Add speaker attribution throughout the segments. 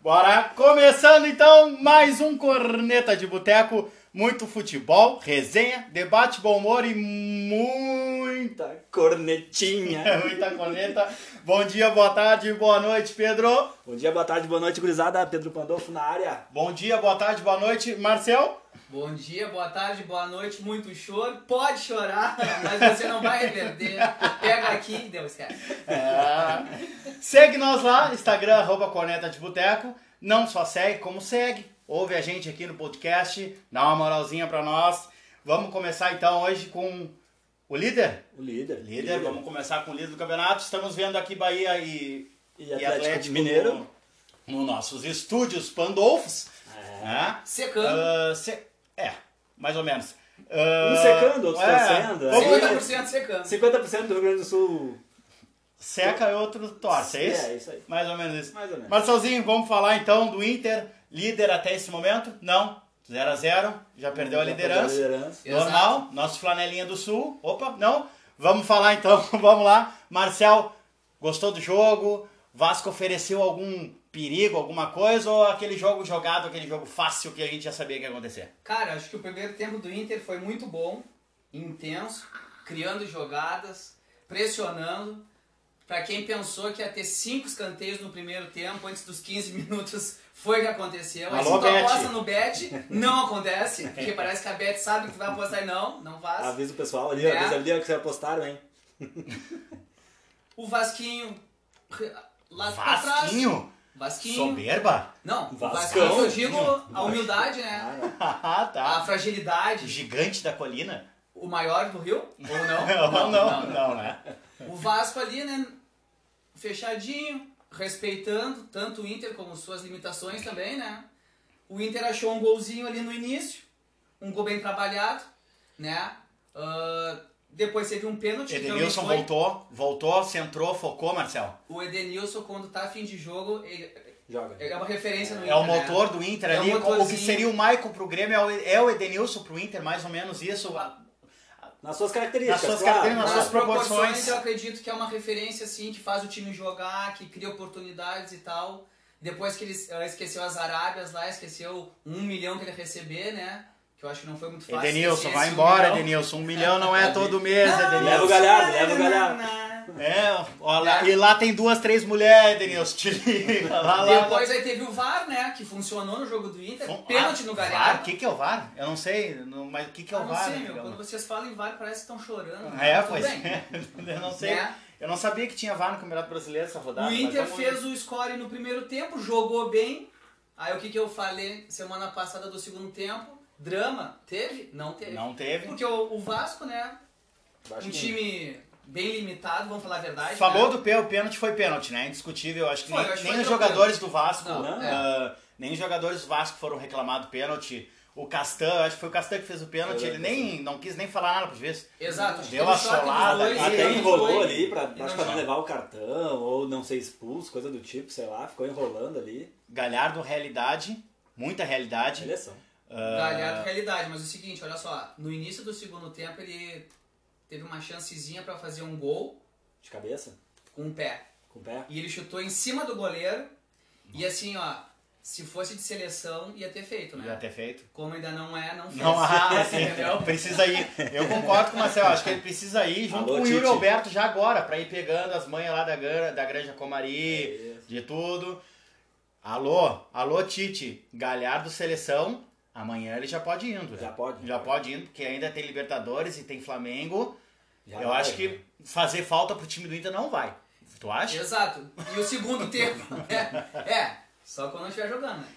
Speaker 1: Bora começando então mais um Corneta de Boteco. Muito futebol, resenha, debate, bom humor e muita cornetinha. muita corneta. Bom dia, boa tarde, boa noite, Pedro.
Speaker 2: Bom dia, boa tarde, boa noite, gurizada. Pedro Pandolfo na área.
Speaker 1: Bom dia, boa tarde, boa noite, Marcel.
Speaker 3: Bom dia, boa tarde, boa noite, muito choro. Pode chorar, mas você não vai reverter. Pega aqui e deu certo.
Speaker 1: É. Segue nós lá, Instagram, arroba Corneta de Boteco. Não só segue, como segue. Ouve a gente aqui no podcast, dá uma moralzinha pra nós. Vamos começar então hoje com o líder?
Speaker 2: O líder.
Speaker 1: Líder, vamos começar com o líder do campeonato. Estamos vendo aqui Bahia e,
Speaker 2: E Atlético Mineiro. É.
Speaker 1: no, no nossos estúdios Pandolfos. né?
Speaker 3: Secando.
Speaker 1: Ah, se- é, mais ou menos. Ah,
Speaker 2: Um secando, outro
Speaker 1: é,
Speaker 2: torcendo,
Speaker 1: vamos-
Speaker 2: é.
Speaker 3: 50% secando.
Speaker 2: 50% do Rio Grande do Sul.
Speaker 1: Seca e outro torce, é isso?
Speaker 2: É, isso aí.
Speaker 1: Mais ou menos isso.
Speaker 2: Mais ou menos.
Speaker 1: Marcelzinho, vamos falar então do Inter, líder até esse momento? Não, 0 a 0 já perdeu a
Speaker 2: Já
Speaker 1: liderança.
Speaker 2: perdeu a liderança.
Speaker 3: Exato.
Speaker 1: Normal, nosso flanelinha do Sul. Opa, não. Vamos falar então, vamos lá. Marcel, gostou do jogo? Vasco ofereceu algum perigo, alguma coisa? Ou aquele jogo jogado, aquele jogo fácil que a gente já sabia que ia acontecer?
Speaker 3: Cara, acho que o primeiro tempo do Inter foi muito bom, intenso, criando jogadas, pressionando. Pra quem pensou que ia ter cinco escanteios no primeiro tempo, antes dos 15 minutos, foi o que aconteceu. Aí
Speaker 1: Alô,
Speaker 3: se tu aposta
Speaker 1: Bet.
Speaker 3: no bet, não acontece, porque parece que a bet sabe que tu vai apostar e não, não faz.
Speaker 2: Avisa o pessoal ali,
Speaker 3: É.
Speaker 2: avisa ali ó, que vocês apostaram, hein?
Speaker 3: O Vasquinho lá atrás.
Speaker 1: Vasquinho?
Speaker 3: Vasquinho.
Speaker 1: Soberba?
Speaker 3: Não, o
Speaker 2: Vascão.
Speaker 3: Vasquinho, eu digo a humildade, né?
Speaker 2: Ah,
Speaker 1: Ah,
Speaker 3: A
Speaker 1: tá.
Speaker 3: fragilidade.
Speaker 1: Gigante da colina?
Speaker 3: O maior do Rio? Ou
Speaker 1: não,
Speaker 3: não?
Speaker 1: não, não, né?
Speaker 3: O Vasco ali, né? Fechadinho, respeitando tanto o Inter como suas limitações também, né? O Inter achou um golzinho ali no início, um gol bem trabalhado, né? Ah, depois teve um pênalti. que
Speaker 1: Edenilson
Speaker 3: realmente
Speaker 1: voltou, voltou, centrou, focou, Marcel.
Speaker 3: foi- O Edenilson, quando tá fim de jogo, ele-
Speaker 2: Joga.
Speaker 3: é uma referência no
Speaker 1: É
Speaker 3: Inter.
Speaker 1: o
Speaker 3: né?
Speaker 1: motor do Inter
Speaker 3: É o
Speaker 1: ali. o que
Speaker 3: motorzinho.
Speaker 1: seria o Maicon pro Grêmio é o- é o Edenilson pro Inter, mais ou menos isso. A-
Speaker 2: Nas suas características,
Speaker 1: Nas suas
Speaker 2: claro.
Speaker 1: características, nas suas
Speaker 3: Nas
Speaker 1: proporções.
Speaker 3: proporções. eu acredito que é uma referência assim que faz o time jogar, que cria oportunidades e tal. Depois que ele eh, esqueceu as Arábias lá, esqueceu um milhão que ele ia receber, né? Que eu acho que não foi muito fácil.
Speaker 1: Edenilson,
Speaker 3: esquecer
Speaker 1: vai
Speaker 3: esse um
Speaker 1: embora,
Speaker 3: milhão.
Speaker 1: Edenilson. Um milhão não é todo mês,
Speaker 2: Leva o
Speaker 1: Edenilson.
Speaker 2: galhardo, leva o galhardo.
Speaker 1: É, ó lá, e lá tem duas, três mulheres, Edenilson. Te liga. Lá, lá, lá.
Speaker 3: Depois aí teve o VAR, né? Que funcionou no jogo do Inter.
Speaker 1: Vamos-
Speaker 3: Pênalti
Speaker 1: ah,
Speaker 3: no
Speaker 1: VAR? O
Speaker 3: Galhardo.
Speaker 1: que, que é o VAR? Eu não sei, não- mas o que, que é
Speaker 3: Eu
Speaker 1: o
Speaker 3: não
Speaker 1: VAR?
Speaker 3: sei,
Speaker 1: né,
Speaker 3: meu.
Speaker 1: eu
Speaker 3: Quando
Speaker 1: não-
Speaker 3: vocês falam em VAR, parece que estão chorando. né?
Speaker 1: É,
Speaker 3: Tudo
Speaker 1: pois.
Speaker 3: bem.
Speaker 1: Eu não sei.
Speaker 3: Né?
Speaker 1: Eu não sabia que tinha VAR no Campeonato Brasileiro essa rodada.
Speaker 3: O
Speaker 1: mas
Speaker 3: Inter
Speaker 1: vamos-
Speaker 3: fez o score no primeiro tempo, jogou bem. Aí o que, que eu falei semana passada do segundo tempo? Drama. Teve? Não teve.
Speaker 1: Não teve.
Speaker 3: É Porque o, o Vasco, né?
Speaker 2: Acho
Speaker 3: um
Speaker 2: que-
Speaker 3: time bem limitado, vamos falar a verdade.
Speaker 1: Falou
Speaker 3: né?
Speaker 1: do pé, o pênalti foi pênalti, né? Indiscutível. Acho que
Speaker 3: Foi,
Speaker 1: nem,
Speaker 3: acho que
Speaker 1: nem
Speaker 3: foi
Speaker 1: os
Speaker 3: tranquilo.
Speaker 1: jogadores do Vasco.
Speaker 3: Não,
Speaker 2: Não,
Speaker 1: ah, nem os jogadores do Vasco foram reclamar do pênalti. O Castan, acho que foi o Castan que fez o pênalti,
Speaker 2: Foi,
Speaker 1: ele nem não quis nem falar nada pros vezes.
Speaker 3: Exato. acho que
Speaker 1: Deu
Speaker 3: teve
Speaker 1: a
Speaker 3: choque dos
Speaker 1: solada,
Speaker 3: dois,
Speaker 1: até
Speaker 3: e não
Speaker 2: enrolou
Speaker 3: foi.
Speaker 2: ali pra,
Speaker 3: E não
Speaker 2: acho pra não
Speaker 3: jogou.
Speaker 2: levar o cartão ou não ser expulso, coisa do tipo, sei lá. Ficou enrolando ali.
Speaker 1: Galhardo, realidade. Muita realidade.
Speaker 2: Seleção.
Speaker 3: Galhardo, realidade. Mas é o seguinte, olha só. No início do segundo tempo, ele teve uma chancezinha pra fazer um gol
Speaker 2: De cabeça,
Speaker 3: com o pé.
Speaker 2: com o pé.
Speaker 3: E ele chutou em cima do goleiro. E assim, ó, se fosse de seleção, ia ter feito, né?
Speaker 1: Ia ter feito.
Speaker 3: Como ainda não é, não fez.
Speaker 1: Não, ah, assim,
Speaker 3: entendeu?
Speaker 1: precisa ir. Eu concordo com o Marcel, acho que ele precisa ir junto
Speaker 2: Alô,
Speaker 1: com o Yuri
Speaker 2: Tite.
Speaker 1: Alberto já agora, pra ir pegando as manhas lá da, gran- da Granja
Speaker 3: É
Speaker 1: Comari,
Speaker 2: Isso.
Speaker 1: de tudo. Alô, alô Tite, Galhardo seleção, amanhã ele já pode ir indo.
Speaker 2: Já pode?
Speaker 1: Já pode ir, porque ainda tem Libertadores e tem Flamengo.
Speaker 2: Já
Speaker 1: Eu
Speaker 2: vai,
Speaker 1: acho que
Speaker 2: né?
Speaker 1: fazer falta pro time do Inter não vai. Tu acha?
Speaker 3: Exato. E o segundo tempo. É, é, só quando não estiver jogando, né?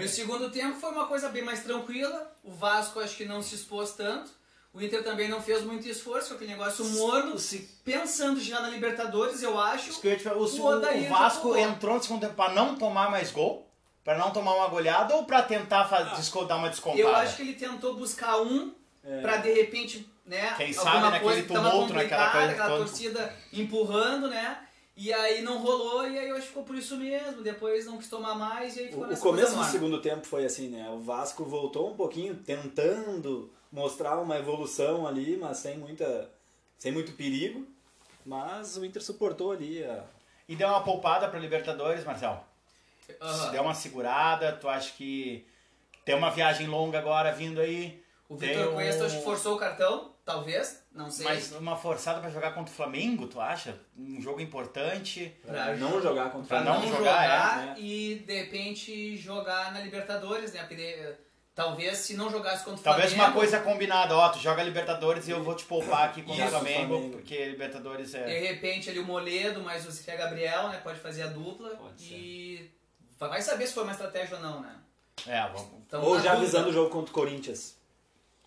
Speaker 3: E o segundo tempo foi uma coisa bem mais tranquila. O Vasco acho que não se expôs tanto. O Inter também não fez muito esforço, foi aquele negócio morno. Pensando já na Libertadores, eu
Speaker 1: Isso
Speaker 3: acho.
Speaker 1: que eu ia te falar, O, o-
Speaker 3: Odair
Speaker 1: o
Speaker 3: já
Speaker 1: Vasco
Speaker 3: tomou.
Speaker 1: entrou no segundo tempo pra não tomar mais gol, pra não tomar uma goleada ou pra tentar fa- desco- dar uma descontada?
Speaker 3: Ah, Eu acho que ele tentou buscar um
Speaker 2: É.
Speaker 3: pra de repente, né?
Speaker 1: Quem
Speaker 3: alguma
Speaker 1: sabe naquele
Speaker 3: coisa que tava
Speaker 1: tumulto, naquela
Speaker 3: complicada,
Speaker 1: coisa
Speaker 3: aquela
Speaker 1: toda.
Speaker 3: torcida empurrando, né? E aí não rolou, e aí eu acho que ficou por isso mesmo. Depois não quis tomar mais, e aí
Speaker 2: O,
Speaker 3: ficou
Speaker 2: o
Speaker 3: nessa coisa né?
Speaker 2: começo do
Speaker 3: morna.
Speaker 2: segundo tempo foi assim, né? O Vasco voltou um pouquinho, tentando mostrar uma evolução ali, mas sem muita, sem muito perigo. Mas o Inter suportou ali. A...
Speaker 1: E deu uma poupada pra Libertadores, Marcel? Se
Speaker 3: Aham.
Speaker 1: der uma segurada, tu acha que tem uma viagem longa agora vindo aí,
Speaker 3: O
Speaker 1: Tem
Speaker 3: Vitor
Speaker 1: um-
Speaker 3: Cuesta acho que forçou o cartão, talvez, não sei.
Speaker 1: mas uma forçada pra jogar contra o Flamengo, tu acha? Um jogo importante.
Speaker 2: Pra não jogar contra
Speaker 1: Pra
Speaker 3: pra
Speaker 1: não
Speaker 2: o
Speaker 3: não,
Speaker 2: Flamengo.
Speaker 1: jogar,
Speaker 3: jogar,
Speaker 2: é, né?
Speaker 3: e de repente jogar na Libertadores, né? Porque eh, talvez se não jogasse contra o
Speaker 1: Talvez uma
Speaker 3: Flamengo,
Speaker 1: coisa combinada, ó, tu joga Libertadores e eu vou te poupar aqui contra o
Speaker 2: Isso,
Speaker 1: Flamengo,
Speaker 2: Flamengo.
Speaker 1: porque Libertadores é.
Speaker 3: de repente ali o Moledo mais o Zé Gabriel, né? Pode fazer a dupla
Speaker 2: Pode ser.
Speaker 3: e vai saber se foi uma estratégia ou não, né?
Speaker 1: É, vamos.
Speaker 3: Então,
Speaker 2: Ou
Speaker 3: na
Speaker 2: já
Speaker 3: dúvida.
Speaker 2: avisando o jogo contra o Corinthians.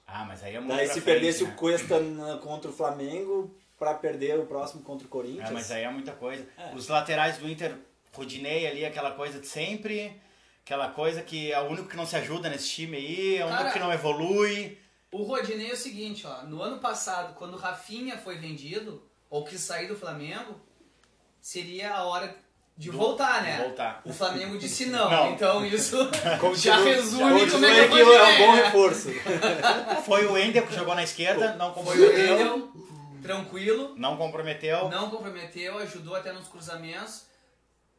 Speaker 1: Ah, mas aí é muito.
Speaker 2: Daí
Speaker 1: pra
Speaker 2: se
Speaker 1: frente,
Speaker 2: perdesse
Speaker 1: né?
Speaker 2: o Cuesta na- contra o Flamengo, pra perder o próximo contra o Corinthians.
Speaker 1: É, mas aí é muita coisa.
Speaker 2: É.
Speaker 1: Os laterais do Inter, Rodinei ali, aquela coisa de sempre. Aquela coisa que é o único que não se ajuda nesse time aí, é o único
Speaker 3: Cara.
Speaker 1: que não evolui.
Speaker 3: O Rodinei é o seguinte, ó, no ano passado, quando o Rafinha foi vendido, ou quis sair do Flamengo, seria a hora de
Speaker 1: Do-
Speaker 3: voltar,
Speaker 1: de
Speaker 3: né?
Speaker 1: voltar.
Speaker 3: O Flamengo disse não,
Speaker 1: Não.
Speaker 3: então isso já
Speaker 2: Continua-
Speaker 3: resume
Speaker 2: já
Speaker 3: como é que
Speaker 2: continua
Speaker 3: o
Speaker 2: é um bom
Speaker 3: Rodinei, né?
Speaker 2: reforço.
Speaker 1: Foi o Ender que jogou na esquerda, não
Speaker 3: Foi o
Speaker 1: comprometeu.
Speaker 3: Wendel, tranquilo,
Speaker 1: Não comprometeu.
Speaker 3: não comprometeu, ajudou até nos cruzamentos.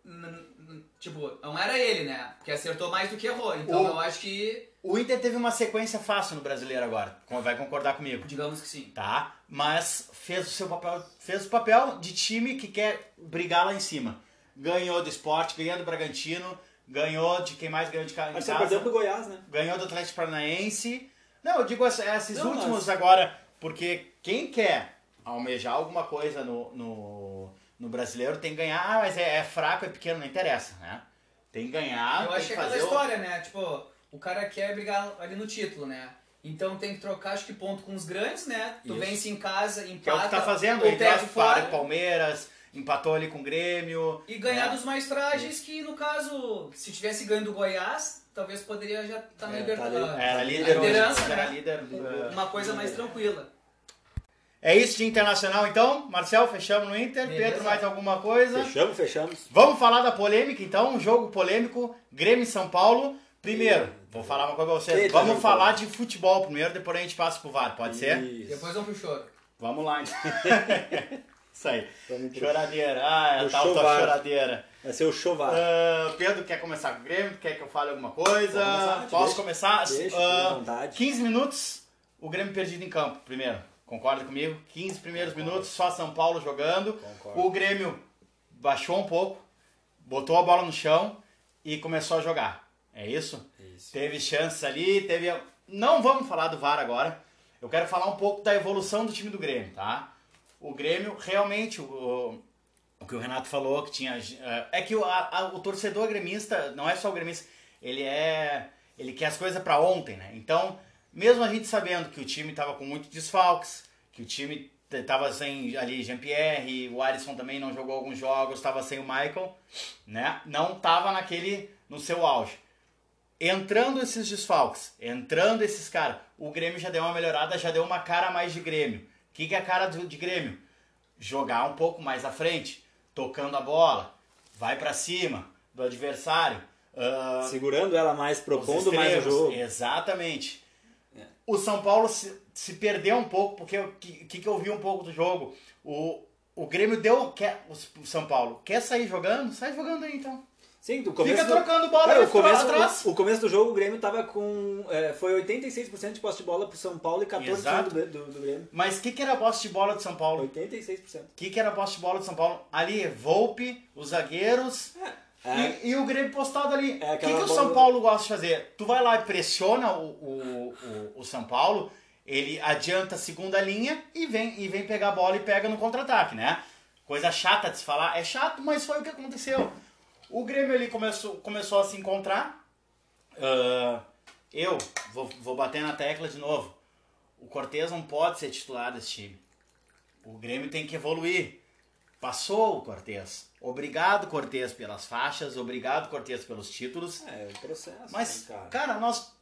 Speaker 3: N- n- Tipo, não era ele, né? Porque acertou mais do que errou. Então
Speaker 1: O-
Speaker 3: eu acho que,
Speaker 1: O Inter teve uma sequência fácil no brasileiro agora. com- Vai concordar comigo.
Speaker 3: digamos que sim.
Speaker 1: Tá? Mas fez o seu papel. Fez o papel de time que quer brigar lá em cima. Ganhou do esporte, ganhou do Bragantino, ganhou de quem mais ganhou de ca- em
Speaker 2: Mas
Speaker 1: casa.
Speaker 2: você perdeu pro Goiás, né?
Speaker 1: ganhou do Atlético Paranaense. Não, eu digo essa- esses
Speaker 2: Não,
Speaker 1: últimos
Speaker 2: mas-
Speaker 1: agora, porque quem quer almejar alguma coisa no, no, no brasileiro tem que ganhar, ah, mas é, é fraco, é pequeno, não interessa, né? Tem que ganhar, Ah,
Speaker 3: eu
Speaker 1: tem
Speaker 3: acho
Speaker 1: que
Speaker 3: que é aquela
Speaker 1: fazer. o-
Speaker 3: história, né? Tipo, o cara quer brigar ali no título, né? Então tem que trocar, acho que ponto com os grandes, né? Tu
Speaker 1: Isso.
Speaker 3: vence em casa, empata,
Speaker 1: Que é o que tá fazendo,
Speaker 3: ou
Speaker 1: ele
Speaker 3: perde
Speaker 1: para o
Speaker 3: fora
Speaker 1: Palmeiras, empatou ali com o Grêmio.
Speaker 3: e ganhar
Speaker 1: né?
Speaker 3: dos mais frágeis, que no caso, se tivesse ganho do Goiás, talvez poderia já estar na
Speaker 2: É,
Speaker 3: Libertadores.
Speaker 2: tá ali-
Speaker 1: Era
Speaker 2: A
Speaker 1: líder, hoje,
Speaker 3: liderança,
Speaker 1: era
Speaker 3: né?
Speaker 1: líder. eh.
Speaker 3: Uma coisa mais tranquila.
Speaker 1: É isso de internacional então. Marcel, fechamos no Inter.
Speaker 3: Beleza.
Speaker 1: Pedro, mais alguma coisa?
Speaker 2: Fechamos, fechamos.
Speaker 1: Vamos falar da polêmica, então, um jogo polêmico, Grêmio e São Paulo. Primeiro, vou falar uma coisa pra vocês.
Speaker 2: Eita,
Speaker 1: Vamos
Speaker 2: jogo
Speaker 1: falar
Speaker 2: polêmico.
Speaker 1: de futebol primeiro, depois a gente passa pro VAR, pode ser?
Speaker 2: Isso.
Speaker 3: Depois vamos pro choro.
Speaker 1: Vamos lá, então. Isso aí.
Speaker 2: Vamos pro-
Speaker 1: Choradeira. Ah, é a
Speaker 2: Pro
Speaker 1: tal da
Speaker 2: chovar.
Speaker 1: choradeira.
Speaker 2: Vai ser o Chovar.
Speaker 1: Ah, Pedro, quer começar com o Grêmio? Quer que eu fale alguma coisa?
Speaker 2: Pode começar, te
Speaker 1: Posso
Speaker 2: deixa.
Speaker 1: começar?
Speaker 2: Deixa, fica
Speaker 1: Ah,
Speaker 2: à vontade.
Speaker 1: 15 minutos, o Grêmio perdido em campo, primeiro. Concorda comigo? 15 primeiros minutos, só São Paulo jogando.
Speaker 2: Concordo.
Speaker 1: O Grêmio baixou um pouco, botou a bola no chão e começou a jogar. É isso?
Speaker 2: Isso.
Speaker 1: Teve chances ali, teve. Não vamos falar do VAR agora. Eu quero falar um pouco da evolução do time do Grêmio, tá? O Grêmio realmente, o, o que o Renato falou, que tinha. eh, É que o, a- a- o torcedor gremista, não é só o gremista, ele é. Ele quer as coisas pra ontem, né? Então, mesmo a gente sabendo que o time tava com muitos desfalques, que o time t- tava sem ali Jean-Pierre, o Alisson também não jogou alguns jogos, tava sem o Michael, né? Não tava naquele. no seu auge entrando esses desfalques, entrando esses caras, o Grêmio já deu uma melhorada, já deu uma cara a mais de Grêmio. O que, que é a cara do- de Grêmio? Jogar um pouco mais à frente, tocando a bola, vai pra cima do adversário, ah,
Speaker 2: Segurando ela mais,
Speaker 1: os
Speaker 2: propondo mais o
Speaker 1: extremos. É.
Speaker 2: jogo.
Speaker 1: Exatamente.
Speaker 2: É.
Speaker 1: O São Paulo se, se perdeu um pouco, porque o que, que que eu vi um pouco do jogo? O, o Grêmio deu. Quer, o São Paulo quer sair jogando? Sai jogando aí então.
Speaker 2: Sim, o começo
Speaker 1: Fica
Speaker 2: do-
Speaker 1: trocando bola
Speaker 2: Cara,
Speaker 1: aí
Speaker 2: o começo,
Speaker 1: atrás.
Speaker 2: O, o começo do jogo o Grêmio tava com. é, foi 86% de posse de bola pro São Paulo e 14%
Speaker 1: Exato.
Speaker 2: do, do, do Grêmio.
Speaker 1: Mas o que, que era a posse de bola do São Paulo?
Speaker 2: 86%.
Speaker 1: O que, que era a posse de bola do São Paulo? Ali, Volpe, os zagueiros
Speaker 2: É,
Speaker 1: e, e o Grêmio postado ali. O
Speaker 2: É
Speaker 1: que,
Speaker 2: aquela
Speaker 1: que o
Speaker 2: bola-
Speaker 1: São Paulo gosta de fazer? Tu vai lá e pressiona o, o, o, o São Paulo, ele adianta a segunda linha e vem, e vem pegar a bola e pega no contra-ataque, né? Coisa chata de se falar. É chato, mas foi o que aconteceu. O Grêmio ali começou, começou a se encontrar. Ah, eu vou, vou bater na tecla de novo. O Cortez não pode ser titular desse time. O Grêmio tem que evoluir. Passou o Cortez. Obrigado, Cortez, pelas faixas. Obrigado, Cortez, pelos títulos.
Speaker 2: é o processo.
Speaker 1: Mas,
Speaker 2: né, cara.
Speaker 1: cara, nós.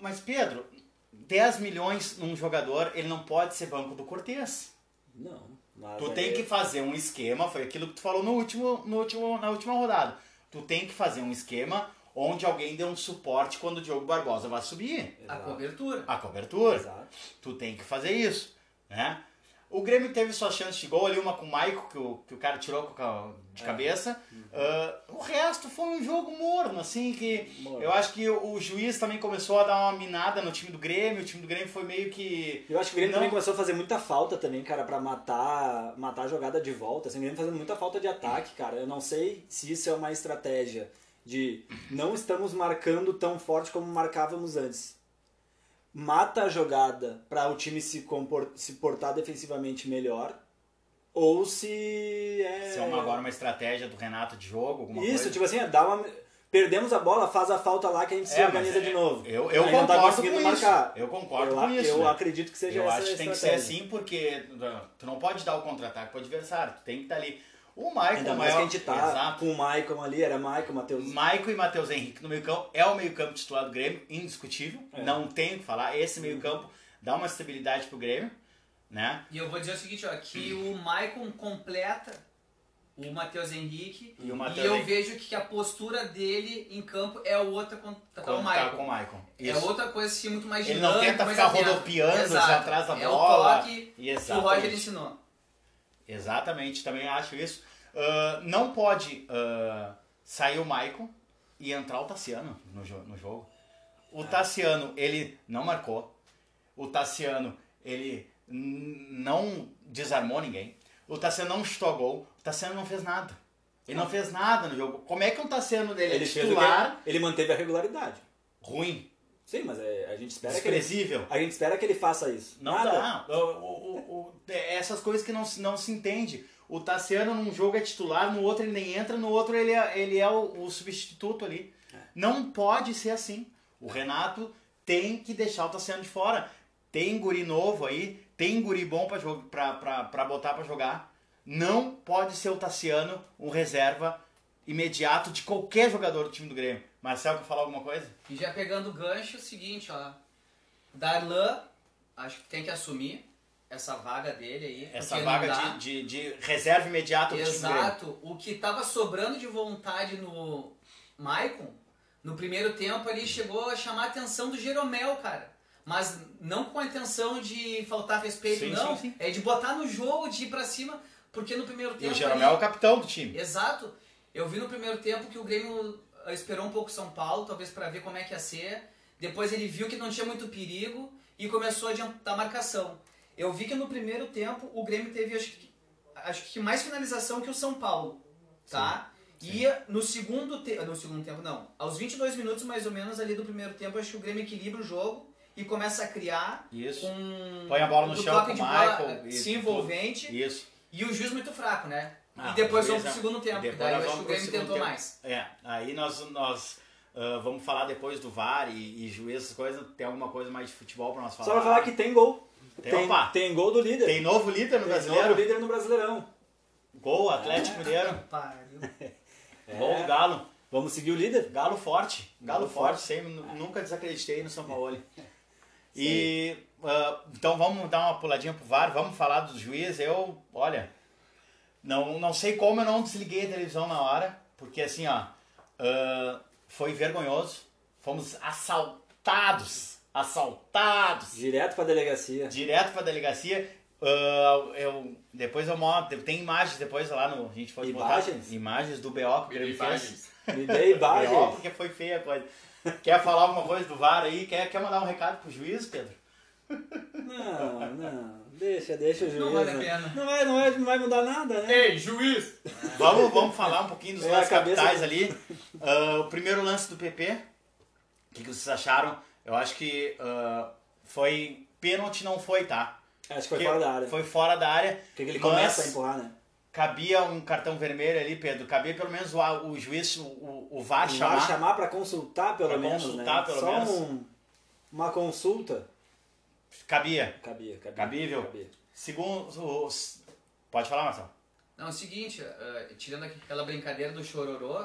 Speaker 1: Mas, Pedro, 10 milhões num jogador, ele não pode ser banco do Cortez.
Speaker 2: Não. mas é
Speaker 1: Tu
Speaker 2: aí-
Speaker 1: tem que fazer um esquema, foi aquilo que tu falou no último, no último, na última rodada. Tu tem que fazer um esquema onde alguém dê um suporte quando o Diogo Barbosa vai subir.
Speaker 3: A
Speaker 2: Exato.
Speaker 3: cobertura.
Speaker 1: A cobertura.
Speaker 2: Exato.
Speaker 1: Tu tem que fazer isso, né? O- O Grêmio teve sua chance de gol ali, uma com o Maico, que o, que o cara tirou com a- de
Speaker 2: É.
Speaker 1: cabeça.
Speaker 2: Uhum.
Speaker 1: Ah, o resto foi um jogo morno, assim, que
Speaker 2: Morno.
Speaker 1: eu acho que o, o juiz também começou a dar uma minada no time do Grêmio. O time do Grêmio foi meio que.
Speaker 2: Eu acho que o Grêmio
Speaker 1: Não.
Speaker 2: também começou a fazer muita falta também, cara, pra matar, matar a jogada de volta. Assim, o Grêmio fazendo muita falta de ataque, cara. Eu não sei se isso é uma estratégia de não estamos marcando tão forte como marcávamos antes. Mata a jogada pra o time se, compor- se portar defensivamente melhor. Ou se é...
Speaker 1: Se é uma, agora uma estratégia do Renato de jogo, alguma
Speaker 2: Isso,
Speaker 1: coisa.
Speaker 2: tipo assim, é, dá uma... Perdemos a bola, faz a falta lá que a gente se
Speaker 1: É,
Speaker 2: organiza
Speaker 1: mas
Speaker 2: de
Speaker 1: é-
Speaker 2: novo.
Speaker 1: Eu, eu
Speaker 2: Aí não
Speaker 1: concordo
Speaker 2: tá
Speaker 1: com
Speaker 2: conseguindo
Speaker 1: isso.
Speaker 2: marcar.
Speaker 1: Eu concordo
Speaker 2: eu
Speaker 1: com isso.
Speaker 2: eu
Speaker 1: né?
Speaker 2: acredito que seja
Speaker 1: eu
Speaker 2: essa
Speaker 1: acho que tem que ser
Speaker 2: estratégia.
Speaker 1: assim porque tu não pode dar o contra-ataque pro adversário, tu tem que estar ali. O Maicon
Speaker 2: Ainda
Speaker 1: o É
Speaker 2: mais
Speaker 1: maior,
Speaker 2: que a gente tá
Speaker 1: Exato.
Speaker 2: com o Maicon ali, era Maicon, Matheus.
Speaker 1: Maicon e Matheus Henrique no meio-campo é o meio-campo titular do Grêmio, indiscutível,
Speaker 2: É.
Speaker 1: não tem o que falar. Esse meio-campo dá uma estabilidade pro Grêmio, né?
Speaker 3: E eu vou dizer o seguinte, ó, que o Maicon completa o Matheus Henrique.
Speaker 1: E o
Speaker 3: E
Speaker 1: Matheus
Speaker 3: eu
Speaker 1: Henrique
Speaker 3: vejo que a postura dele em campo é outra contra o
Speaker 1: quando tá
Speaker 3: Maicon.
Speaker 1: com o Maicon.
Speaker 3: É
Speaker 1: Isso.
Speaker 3: outra coisa assim, muito mais
Speaker 1: Ele
Speaker 3: dinâmica.
Speaker 1: não tenta
Speaker 3: mais
Speaker 1: ficar
Speaker 3: aberta.
Speaker 1: rodopiando
Speaker 3: assim, é Exato.
Speaker 1: já atrás da
Speaker 3: é
Speaker 1: bola.
Speaker 3: o toque que o
Speaker 1: Exatamente.
Speaker 3: Roger ensinou.
Speaker 1: Exatamente, também acho isso. Ah, não pode ah, sair o Maicon e entrar o Tassiano no, jo- no jogo. O
Speaker 2: É.
Speaker 1: Tassiano, ele não marcou. O Tassiano, ele n- não desarmou ninguém. O Tassiano não chutou gol. O Tassiano não fez nada. Ele não fez nada no jogo. Como é que um Tassiano dele é
Speaker 2: Ele, fez o
Speaker 1: titular,
Speaker 2: que, ele manteve a regularidade.
Speaker 1: ruim,
Speaker 2: Sim, mas é- a gente espera que ele,
Speaker 1: desprezível?
Speaker 2: a gente espera que ele faça isso.
Speaker 1: Não
Speaker 2: Nada.
Speaker 1: dá. O- o- o- o- é essas coisas que não, se- não se entende. O Tassiano num jogo é titular, no outro ele nem entra, no outro ele é, ele é o, o substituto ali.
Speaker 3: É.
Speaker 1: Não pode ser assim. O Renato tem que deixar o Tassiano de fora. Tem guri novo aí, tem guri bom pra, jog- pra, pra, pra botar pra jogar. Não pode ser o Tassiano um reserva imediato de qualquer jogador do time do Grêmio. Marcelo, quer falar alguma coisa?
Speaker 3: E já pegando o gancho, é o seguinte, ó. Darlan, acho que tem que assumir essa vaga dele aí.
Speaker 1: Essa
Speaker 3: É, porque não
Speaker 1: vaga
Speaker 3: dá.
Speaker 1: de, de, de reserva imediato do time do Grêmio.
Speaker 3: Exato. O que tava sobrando de vontade no Maicon, no primeiro tempo ali chegou a chamar a atenção do Jeromel, cara. Mas não com a intenção de faltar respeito,
Speaker 1: Sim,
Speaker 3: não.
Speaker 1: sim, sim.
Speaker 3: É de botar no jogo, de ir pra cima, porque no primeiro
Speaker 1: E
Speaker 3: tempo.
Speaker 1: o
Speaker 3: ali-
Speaker 1: Jeromel é o capitão do time.
Speaker 3: Exato. Eu vi no primeiro tempo que o Grêmio ah, esperou um pouco o São Paulo, talvez para ver como é que ia ser. Depois ele viu que não tinha muito perigo e começou a adiantar a marcação. Eu vi que no primeiro tempo o Grêmio teve acho que, acho que mais finalização que o São Paulo, tá? E no segundo tempo, no segundo tempo não, aos 22 minutos mais ou menos ali do primeiro tempo, acho que o Grêmio equilibra o jogo e começa a criar
Speaker 1: Isso.
Speaker 3: com
Speaker 1: Põe a bola no
Speaker 3: com
Speaker 1: chão
Speaker 3: toque
Speaker 1: com o
Speaker 3: de bola,
Speaker 1: Michael.
Speaker 3: se
Speaker 1: e
Speaker 3: envolvente.
Speaker 1: tudo. Isso.
Speaker 3: E o juiz muito fraco, né?
Speaker 1: Ah,
Speaker 3: e depois
Speaker 1: o juiz
Speaker 3: vamos pro
Speaker 1: é-
Speaker 3: segundo tempo, que
Speaker 1: depois
Speaker 3: daí
Speaker 1: nós
Speaker 3: eu acho que
Speaker 1: vamos
Speaker 3: o
Speaker 1: pro
Speaker 3: Grêmio
Speaker 1: segundo
Speaker 3: tentou
Speaker 1: tempo.
Speaker 3: mais.
Speaker 1: É, aí nós, nós ah, vamos falar depois do VAR e, e juiz, essas coisas. Tem alguma coisa mais de futebol pra nós falar?
Speaker 2: Só pra falar que tem gol.
Speaker 1: Tem, opa.
Speaker 2: tem gol do líder.
Speaker 1: Tem novo líder no
Speaker 2: Tem
Speaker 1: brasileiro?
Speaker 2: novo líder no Brasileirão.
Speaker 1: Gol, Atlético Mineiro.
Speaker 3: Pariu.
Speaker 2: É.
Speaker 1: Gol do Galo.
Speaker 2: Vamos seguir o líder?
Speaker 1: Galo forte. Galo,
Speaker 2: Galo
Speaker 1: forte. Sempre, nu- nunca desacreditei no São Paulo. E ah, então vamos dar uma puladinha pro VAR, vamos falar do juiz. Eu, olha, não, não sei como eu não desliguei a televisão na hora, porque assim, ó, ah, foi vergonhoso. Fomos assaltados, assaltados
Speaker 2: Direto pra delegacia.
Speaker 1: direto pra delegacia. Ah, eu, depois eu mostro, tem imagens depois lá no. A gente pode
Speaker 2: Imagens?
Speaker 1: botar imagens do BO que o Grêmio fez.
Speaker 4: Imagens.
Speaker 2: Me
Speaker 1: Pior,
Speaker 2: dei base.
Speaker 1: porque foi feia a coisa. Quer falar alguma coisa do VAR aí? Quer, quer mandar um recado pro juiz, Pedro?
Speaker 2: Não, não. Deixa, deixa o juiz.
Speaker 3: Não vale a
Speaker 2: né?
Speaker 3: pena.
Speaker 2: Não vai, não vai, não vai mudar nada, né?
Speaker 4: Ei, juiz!
Speaker 1: Vamos, vamos falar um pouquinho dos
Speaker 2: É, a
Speaker 1: lances
Speaker 2: cabeça-
Speaker 1: capitais ali. Ah, o primeiro lance do PP, o que, que vocês acharam? Eu acho que ah, foi. Pênalti não foi, tá?
Speaker 2: Acho que foi fora da área.
Speaker 1: Foi fora da área.
Speaker 2: Porque ele
Speaker 1: mas-
Speaker 2: começa a empurrar, né?
Speaker 1: Cabia um cartão vermelho ali, Pedro. Cabia pelo menos o, o juiz, o, o- o VAR
Speaker 2: Vai
Speaker 1: chamar.
Speaker 2: chamar, pra consultar, pelo
Speaker 1: Pra
Speaker 2: menos,
Speaker 1: consultar,
Speaker 2: né?
Speaker 1: pelo
Speaker 2: Só
Speaker 1: menos.
Speaker 2: um- uma consulta.
Speaker 1: É Cabia.
Speaker 2: Cabia, cabia.
Speaker 1: Cabível.
Speaker 2: cabia.
Speaker 1: Segundo os... Pode falar, Marcelo?
Speaker 3: Não, é o seguinte, eh, tirando aquela brincadeira do chororô,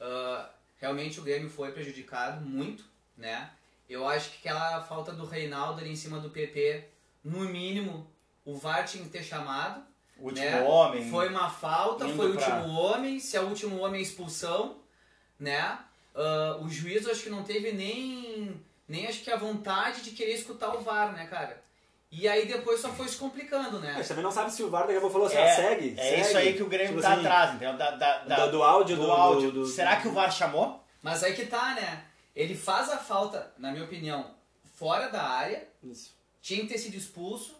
Speaker 3: ah, realmente o Grêmio foi prejudicado muito, né? Eu acho que aquela falta do Reinaldo ali em cima do PP, no mínimo, o VAR tinha que ter chamado.
Speaker 1: O último
Speaker 3: né?
Speaker 1: homem.
Speaker 3: Foi uma falta,
Speaker 1: indo
Speaker 3: foi o
Speaker 1: pra-
Speaker 3: último homem. Se é o último homem, é expulsão, né? Ah, o juiz acho que não teve nem, nem acho que a vontade de querer escutar o VAR, né, cara? E aí depois só foi se complicando,
Speaker 2: A
Speaker 3: né?
Speaker 2: gente É. também não sabe se o VAR daqui a pouco falou assim,
Speaker 1: é,
Speaker 2: ah, segue,
Speaker 1: é
Speaker 2: segue.
Speaker 1: isso aí que o Grêmio
Speaker 2: Tipo
Speaker 1: tá
Speaker 2: assim,
Speaker 1: atrás, entendeu? Da, da- da-
Speaker 2: do- do áudio, do-
Speaker 1: áudio.
Speaker 2: do- do-
Speaker 1: Será que o VAR chamou?
Speaker 3: Mas aí que tá, né? Ele faz a falta, na minha opinião, fora da área,
Speaker 2: Isso.
Speaker 3: tinha que ter sido expulso,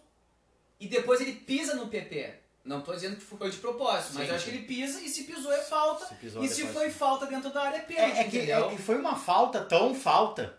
Speaker 3: e depois ele pisa no PP. Não tô dizendo que foi de propósito, mas
Speaker 1: Sim,
Speaker 3: eu acho
Speaker 1: sim.
Speaker 3: que ele pisa e se pisou é falta.
Speaker 1: Se pisou
Speaker 3: e
Speaker 1: depois.
Speaker 3: se foi falta dentro da área é pênalti,
Speaker 1: É, é que,
Speaker 3: entendeu?
Speaker 1: é que foi uma falta tão falta.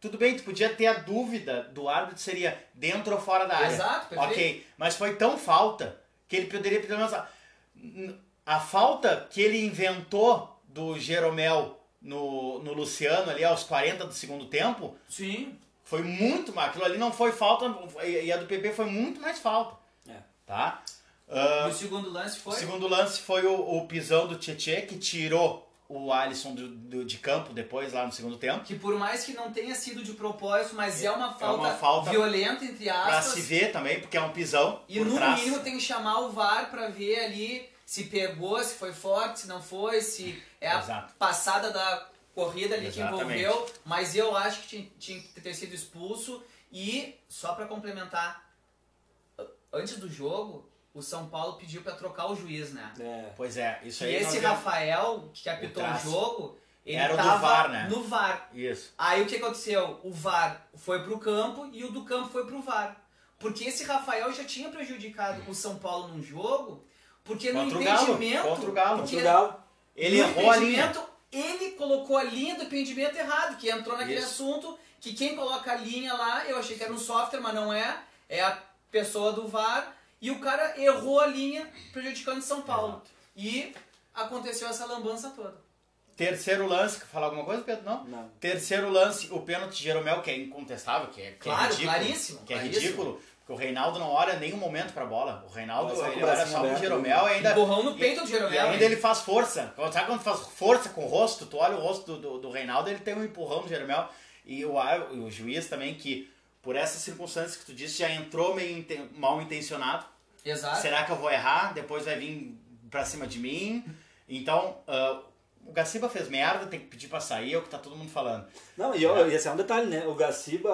Speaker 1: Tudo bem, tu podia ter a dúvida do árbitro seria dentro ou fora da área.
Speaker 3: Exato, perfeito.
Speaker 1: É. Ok, mas foi tão falta que ele poderia pelo menos a- n- a falta que ele inventou do Jeromel no, no Luciano ali aos 40 do segundo tempo
Speaker 3: Sim.
Speaker 1: foi muito mais. Aquilo ali não foi falta e e a do PP foi muito mais falta,
Speaker 2: É.
Speaker 1: tá?
Speaker 3: No segundo lance
Speaker 1: O
Speaker 3: foi.
Speaker 1: segundo lance foi o, o pisão do Tietchan que tirou o Alisson do- do- de campo depois lá no segundo tempo.
Speaker 3: Que por mais que não tenha sido de propósito, mas é, uma,
Speaker 1: é
Speaker 3: falta
Speaker 1: uma falta
Speaker 3: violenta, entre
Speaker 1: Pra
Speaker 3: aspas.
Speaker 1: se ver também, porque é um pisão
Speaker 3: E
Speaker 1: por
Speaker 3: no
Speaker 1: trás.
Speaker 3: mínimo tem que chamar o VAR pra ver ali se pegou, se foi forte, se não foi, se é a
Speaker 1: Exato.
Speaker 3: passada da corrida ali
Speaker 1: Exatamente.
Speaker 3: que envolveu. Mas eu acho que tinha, tinha que ter sido expulso. E, só pra complementar, antes do jogo, o São Paulo pediu pra trocar o juiz, né?
Speaker 2: É.
Speaker 1: Pois é, isso
Speaker 3: E
Speaker 1: aí.
Speaker 3: esse
Speaker 1: nós vemos-
Speaker 3: Rafael, que apitou
Speaker 1: O
Speaker 3: o
Speaker 1: traço.
Speaker 3: jogo, ele
Speaker 1: Era o do
Speaker 3: tava
Speaker 1: VAR, né?
Speaker 3: no VAR.
Speaker 1: Isso.
Speaker 3: Aí o que aconteceu? O VAR foi pro campo e o do campo foi pro VAR. Porque esse Rafael já tinha prejudicado o São Paulo num jogo, porque
Speaker 1: Contra o
Speaker 3: no
Speaker 1: Galo,
Speaker 3: impedimento.
Speaker 1: contra o Galo.
Speaker 3: porque
Speaker 2: Portugal,
Speaker 1: Ele
Speaker 3: no
Speaker 1: errou a linha.
Speaker 3: impedimento, Ele colocou a linha do impedimento errado, que entrou naquele
Speaker 1: Isso.
Speaker 3: assunto que quem coloca a linha lá, eu achei que era um software, mas não é, é a pessoa do VAR, e o cara errou a linha, prejudicando São Paulo. E aconteceu essa lambança toda.
Speaker 1: Terceiro lance, quer falar alguma coisa, Pedro? Não?
Speaker 2: não.
Speaker 1: Terceiro lance, o pênalti de Jeromel, que é incontestável, que é, que é
Speaker 3: Claro,
Speaker 1: ridículo.
Speaker 3: claríssimo,
Speaker 1: Que é
Speaker 3: claríssimo.
Speaker 1: ridículo, porque o Reinaldo não olha nenhum momento pra bola. O Reinaldo
Speaker 2: Mas só com o
Speaker 1: ele olha
Speaker 2: bracinho
Speaker 1: só pro
Speaker 2: aberto, né?
Speaker 1: Jeromel e ainda.
Speaker 3: Borrão no
Speaker 1: e-
Speaker 3: peito do Jeromel.
Speaker 1: E ainda
Speaker 3: hein?
Speaker 1: ele faz força. Sabe quando faz força com o rosto? Tu olha o rosto do, do, do Reinaldo, ele tem um empurrão do Jeromel. E o, ar- e o juiz também, que por essas circunstâncias que tu disse, já entrou meio inten- mal intencionado.
Speaker 3: Exato.
Speaker 1: Será que eu vou errar? Depois vai vir pra cima de mim. Então, ah, o Gaciba fez merda, tem que pedir pra sair, é o que tá todo mundo falando.
Speaker 2: Não, e, eu, e esse é um detalhe, né? O Gaciba,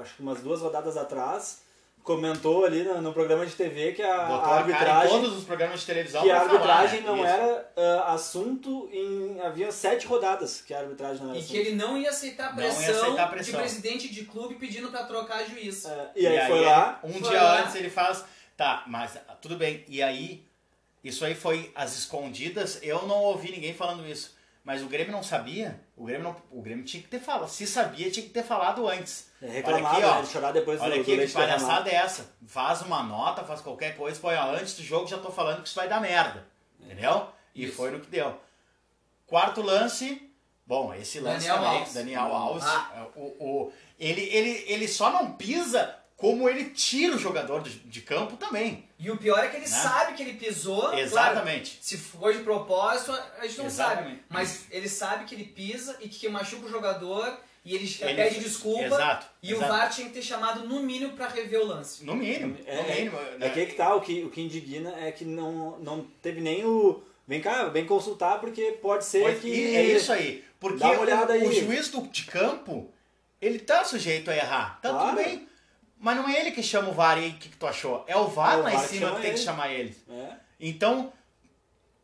Speaker 2: acho que umas duas rodadas atrás, comentou ali no, no programa de TV que a,
Speaker 1: Botou
Speaker 2: a
Speaker 1: a, cara em
Speaker 2: arbitragem.
Speaker 1: todos os programas de televisão
Speaker 2: que
Speaker 1: pra
Speaker 2: a
Speaker 1: falar,
Speaker 2: arbitragem
Speaker 1: né?
Speaker 2: não
Speaker 1: Isso.
Speaker 2: era ah, assunto em. Havia sete rodadas que a arbitragem não era
Speaker 3: E
Speaker 2: assunto.
Speaker 3: que ele não ia aceitar a
Speaker 1: é Não ia
Speaker 3: pressão,
Speaker 1: aceitar a pressão.
Speaker 3: de presidente de clube pedindo pra trocar juiz.
Speaker 2: É, e aí foi lá.
Speaker 1: ele- um
Speaker 3: foi
Speaker 1: dia
Speaker 3: lá.
Speaker 1: antes ele faz. Tá, mas ah, tudo bem. E aí, isso aí foi às escondidas. Eu não ouvi ninguém falando isso. Mas o Grêmio não sabia. O Grêmio, não, o Grêmio tinha que ter falado. Se sabia, tinha que ter falado antes.
Speaker 2: É, reclamar,
Speaker 1: Olha aqui, ó.
Speaker 2: né? Chorar depois
Speaker 1: Olha
Speaker 2: do, do
Speaker 1: aqui, que
Speaker 2: leite derramado.
Speaker 1: palhaçada é essa? Faz uma nota, faz qualquer coisa, põe ó, antes do jogo já tô falando que isso vai dar merda. Entendeu? E
Speaker 3: Isso.
Speaker 1: foi no que deu. Quarto lance. Bom, esse lance
Speaker 3: Daniel
Speaker 1: também,
Speaker 3: Alves.
Speaker 1: Daniel Alves. é,
Speaker 3: Ah.
Speaker 1: O, o- ele, ele, ele só não pisa como ele tira o jogador de, de campo também.
Speaker 3: E o pior é que ele
Speaker 1: Né?
Speaker 3: sabe que ele pisou. Claro,
Speaker 1: Exatamente.
Speaker 3: se for de propósito, a gente não
Speaker 1: Exatamente.
Speaker 3: sabe. Mas ele sabe que ele pisa e que machuca o jogador e ele,
Speaker 1: Ele-
Speaker 3: pede desculpa.
Speaker 1: Exato.
Speaker 3: E o
Speaker 1: exato.
Speaker 3: VAR tinha que ter chamado no mínimo pra rever o lance.
Speaker 1: No mínimo.
Speaker 2: É-
Speaker 1: no mínimo. né?
Speaker 2: É que aí que tá, o que, o que indigna é que não, não teve nem o. Vem cá, vem consultar, porque pode ser
Speaker 1: Pois-
Speaker 2: que.
Speaker 1: e é isso aí. Porque
Speaker 2: Dá uma olhada
Speaker 1: o, o
Speaker 2: aí.
Speaker 1: juiz do, de campo, ele tá sujeito a errar. Tá
Speaker 2: Claro.
Speaker 1: tudo bem. Mas não é ele que chama o VAR e aí o que, que tu achou? É o VAR
Speaker 2: É o
Speaker 1: lá em
Speaker 2: VAR que
Speaker 1: cima que
Speaker 2: chama
Speaker 1: tem que
Speaker 2: ele.
Speaker 1: chamar ele.
Speaker 2: É.
Speaker 1: Então,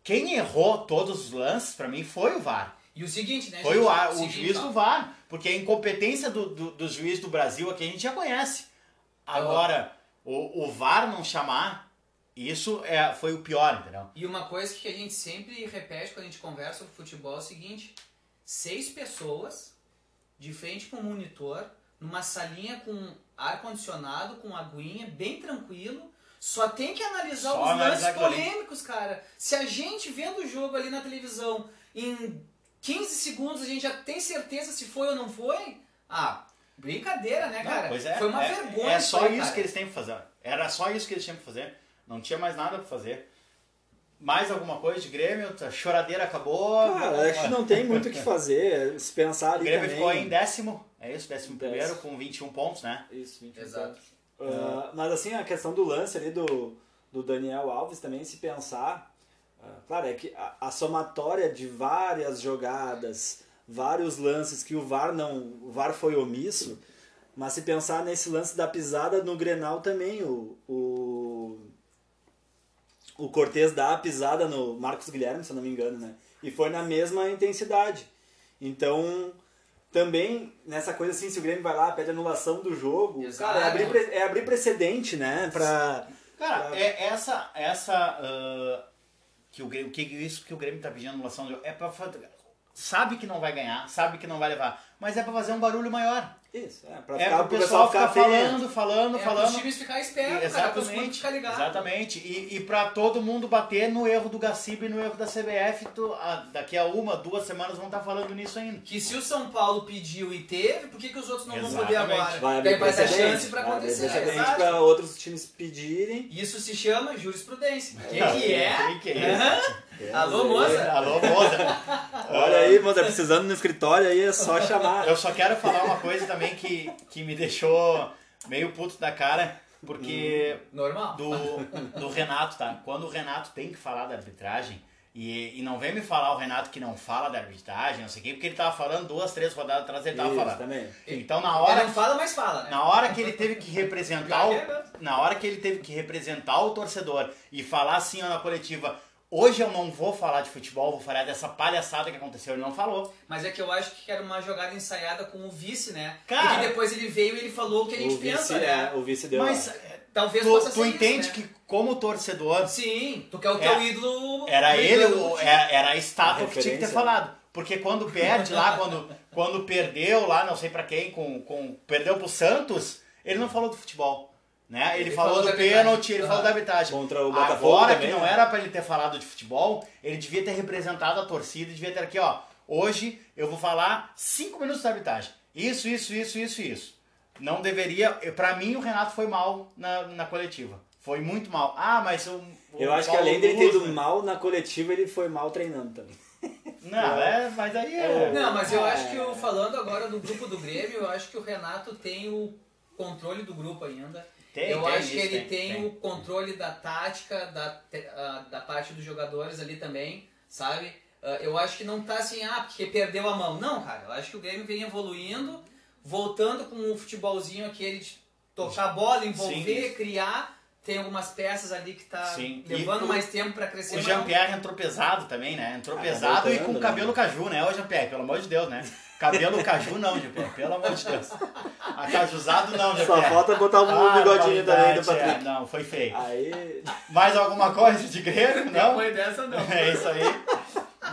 Speaker 1: quem errou todos os lances, pra mim, foi o VAR.
Speaker 3: E o seguinte,
Speaker 2: É
Speaker 3: né?
Speaker 1: Foi
Speaker 3: gente?
Speaker 1: o, a- o
Speaker 3: Seguinte,
Speaker 1: juiz
Speaker 3: ó.
Speaker 1: do VAR. Porque a incompetência do, do, do juiz do Brasil aqui a gente já conhece. Agora, o, o VAR não chamar, isso é, foi o pior, entendeu?
Speaker 3: E uma coisa que a gente sempre repete quando a gente conversa sobre futebol é o seguinte: seis pessoas de frente com um monitor, numa salinha com ar condicionado, com aguinha, bem tranquilo. Só tem que analisar
Speaker 1: Só
Speaker 3: os
Speaker 1: analisar
Speaker 3: lances
Speaker 1: aquilo ali.
Speaker 3: polêmicos, cara. Se a gente vendo o jogo ali na televisão em 15 segundos a gente já tem certeza se foi ou não foi, ah, brincadeira, né,
Speaker 1: Não,
Speaker 3: cara?
Speaker 1: pois é,
Speaker 3: foi uma
Speaker 1: é,
Speaker 3: vergonha.
Speaker 1: É só
Speaker 3: aí,
Speaker 1: isso
Speaker 3: cara.
Speaker 1: que eles têm pra fazer. Era só isso que eles tinham pra fazer. Não tinha mais nada pra fazer. Mais alguma coisa de Grêmio? A choradeira acabou.
Speaker 2: Cara, acho que não tem muito o que fazer. é Se pensar
Speaker 1: O
Speaker 2: ali.
Speaker 1: Grêmio
Speaker 2: também.
Speaker 1: ficou em décimo. É isso, décimo
Speaker 2: Décimo.
Speaker 1: primeiro com 21 pontos, né?
Speaker 2: Isso, 21
Speaker 3: Exato.
Speaker 2: Ah, mas assim, a questão do lance ali do, do Daniel Alves também, se pensar, ah, claro, é que a, a somatória de várias jogadas, vários lances que o VAR não. O VAR foi omisso, Mas se pensar nesse lance da pisada no Grenal também, o, o, o Cortez dá a pisada no Marcos Guilherme, se eu não me engano, né? E foi na mesma intensidade. Então, também, nessa coisa assim, se o Grêmio vai lá, pede anulação do jogo,
Speaker 3: Exato.
Speaker 2: cara, é abrir, pre- é abrir precedente, né? Pra,
Speaker 1: Cara, é essa. essa ah, que o Grêmio, que isso que o Grêmio tá pedindo anulação do jogo, é pra. fa- Sabe que não vai ganhar, sabe que não vai levar, mas é pra fazer um barulho maior.
Speaker 2: isso, é, pra
Speaker 1: é
Speaker 2: ficar,
Speaker 1: pro pessoal ficar
Speaker 2: feio.
Speaker 1: falando, falando,
Speaker 3: É,
Speaker 1: falando.
Speaker 3: os times ficarem espertos, cara, pros clubes
Speaker 1: Exatamente.
Speaker 3: ficarem ligados.
Speaker 1: Exatamente. E, e para todo mundo bater no erro do Gaciba e no erro da CBF, tu- a- daqui a uma, duas semanas vão estar falando nisso ainda.
Speaker 3: Que se o São Paulo pediu e teve, por que, que os outros não vão poder
Speaker 1: Exatamente.
Speaker 3: agora?
Speaker 2: Vai
Speaker 3: Daí
Speaker 2: abrir
Speaker 3: vai dar
Speaker 2: precedente,
Speaker 3: chance pra
Speaker 2: vai abrir
Speaker 3: acontecer.
Speaker 2: precedente
Speaker 3: exato.
Speaker 2: pra outros times pedirem.
Speaker 3: Isso se chama jurisprudência. O que, que é?
Speaker 1: Que que é?
Speaker 3: Alô, moça?
Speaker 1: Alô, moça.
Speaker 2: Olha aí, moça, tá precisando no escritório aí, é só chamar.
Speaker 1: Eu só quero falar uma coisa também que, que me deixou meio puto da cara, porque
Speaker 3: Normal.
Speaker 1: do, do Renato, tá? Quando o Renato tem que falar da arbitragem, e, e não vem me falar o Renato que não fala da arbitragem, não sei o quê, porque ele tava falando duas, três rodadas atrás, ele tava
Speaker 2: Isso, tá.
Speaker 1: falando.
Speaker 2: também.
Speaker 1: Então na hora
Speaker 3: Ele não fala, mas fala, né? é
Speaker 1: Na hora que ele teve que representar o, na hora que ele teve que representar o torcedor e falar assim ó, na coletiva, hoje eu não vou falar de futebol, vou falar dessa palhaçada que aconteceu, ele não falou.
Speaker 3: Mas é que eu acho que era uma jogada ensaiada com o vice, né?
Speaker 1: Cara.
Speaker 3: Porque depois ele veio e ele falou o que a gente
Speaker 2: o vice, é
Speaker 3: pensa, né?
Speaker 2: O vice deu.
Speaker 1: Mas
Speaker 3: Talvez
Speaker 1: tu,
Speaker 3: possa
Speaker 1: tu
Speaker 3: ser isso,
Speaker 1: entende
Speaker 3: né?
Speaker 1: que como torcedor
Speaker 3: Sim, tu quer o teu
Speaker 1: É.
Speaker 3: ídolo...
Speaker 1: era
Speaker 3: o
Speaker 1: ele
Speaker 3: ídolo do
Speaker 1: o,
Speaker 3: time.
Speaker 1: era era a estátua
Speaker 2: A
Speaker 1: que tinha que ter
Speaker 2: referência.
Speaker 1: falado. Porque quando perde lá, quando, quando perdeu lá, não sei pra quem, com, com perdeu pro Santos, ele não falou do futebol. Né? Ele,
Speaker 3: Ele
Speaker 1: falou,
Speaker 3: falou
Speaker 1: do
Speaker 3: da arbitragem.
Speaker 1: pênalti, ele falou da arbitragem.
Speaker 2: Contra o Botafogo
Speaker 1: Agora
Speaker 2: também,
Speaker 1: que não
Speaker 2: né?
Speaker 1: era pra ele ter falado de futebol, ele devia ter representado a torcida, devia ter aqui, ó. Hoje eu vou falar cinco minutos da arbitragem. Isso, isso, isso, isso, isso. Não deveria. Pra mim, o Renato foi mal na, na coletiva. Foi muito mal. Ah, mas o. o
Speaker 2: Eu acho que
Speaker 1: Paulo
Speaker 2: além dele ter ido
Speaker 1: Luz, né?
Speaker 2: mal na coletiva, ele foi mal treinando também.
Speaker 1: Não, é, mas aí é.
Speaker 3: Não, mas eu
Speaker 2: É.
Speaker 3: acho que, o- falando agora do grupo do Grêmio, eu acho que o Renato tem o controle do grupo ainda.
Speaker 1: Tem,
Speaker 3: eu
Speaker 1: tem
Speaker 3: acho
Speaker 1: isso,
Speaker 3: que ele
Speaker 1: tem,
Speaker 3: tem,
Speaker 1: tem.
Speaker 3: o controle da tática, da, te- ah, da parte dos jogadores ali também, sabe? Ah, eu acho que não tá assim, ah, porque perdeu a mão. Não, cara, eu acho que o Grêmio vem evoluindo, voltando com o futebolzinho aquele de tocar a bola, envolver,
Speaker 1: isso.
Speaker 3: criar. Tem algumas peças ali que tá
Speaker 1: Sim. E
Speaker 3: levando
Speaker 1: o-
Speaker 3: mais tempo pra crescer.
Speaker 1: O
Speaker 3: mas não-
Speaker 1: Jean-Pierre entrou pesado também, né? Entrou
Speaker 2: Ah, tá
Speaker 1: pesado e
Speaker 2: voltando,
Speaker 1: com
Speaker 2: né?
Speaker 1: cabelo caju, né? Ô, Jean-Pierre, pelo amor de Deus, né? Cabelo caju não, Jean-Pierre, pelo amor de Deus. Acajuzado não,
Speaker 2: Só
Speaker 1: Jean-Pierre.
Speaker 2: falta botar um
Speaker 1: Ah,
Speaker 2: bigodinho também do
Speaker 1: barbaridade, é,
Speaker 2: Patrick.
Speaker 1: não, foi feio.
Speaker 2: Aí.
Speaker 1: Mais alguma coisa de Grêmio? Não?
Speaker 3: Depois dessa, não.
Speaker 1: É isso aí.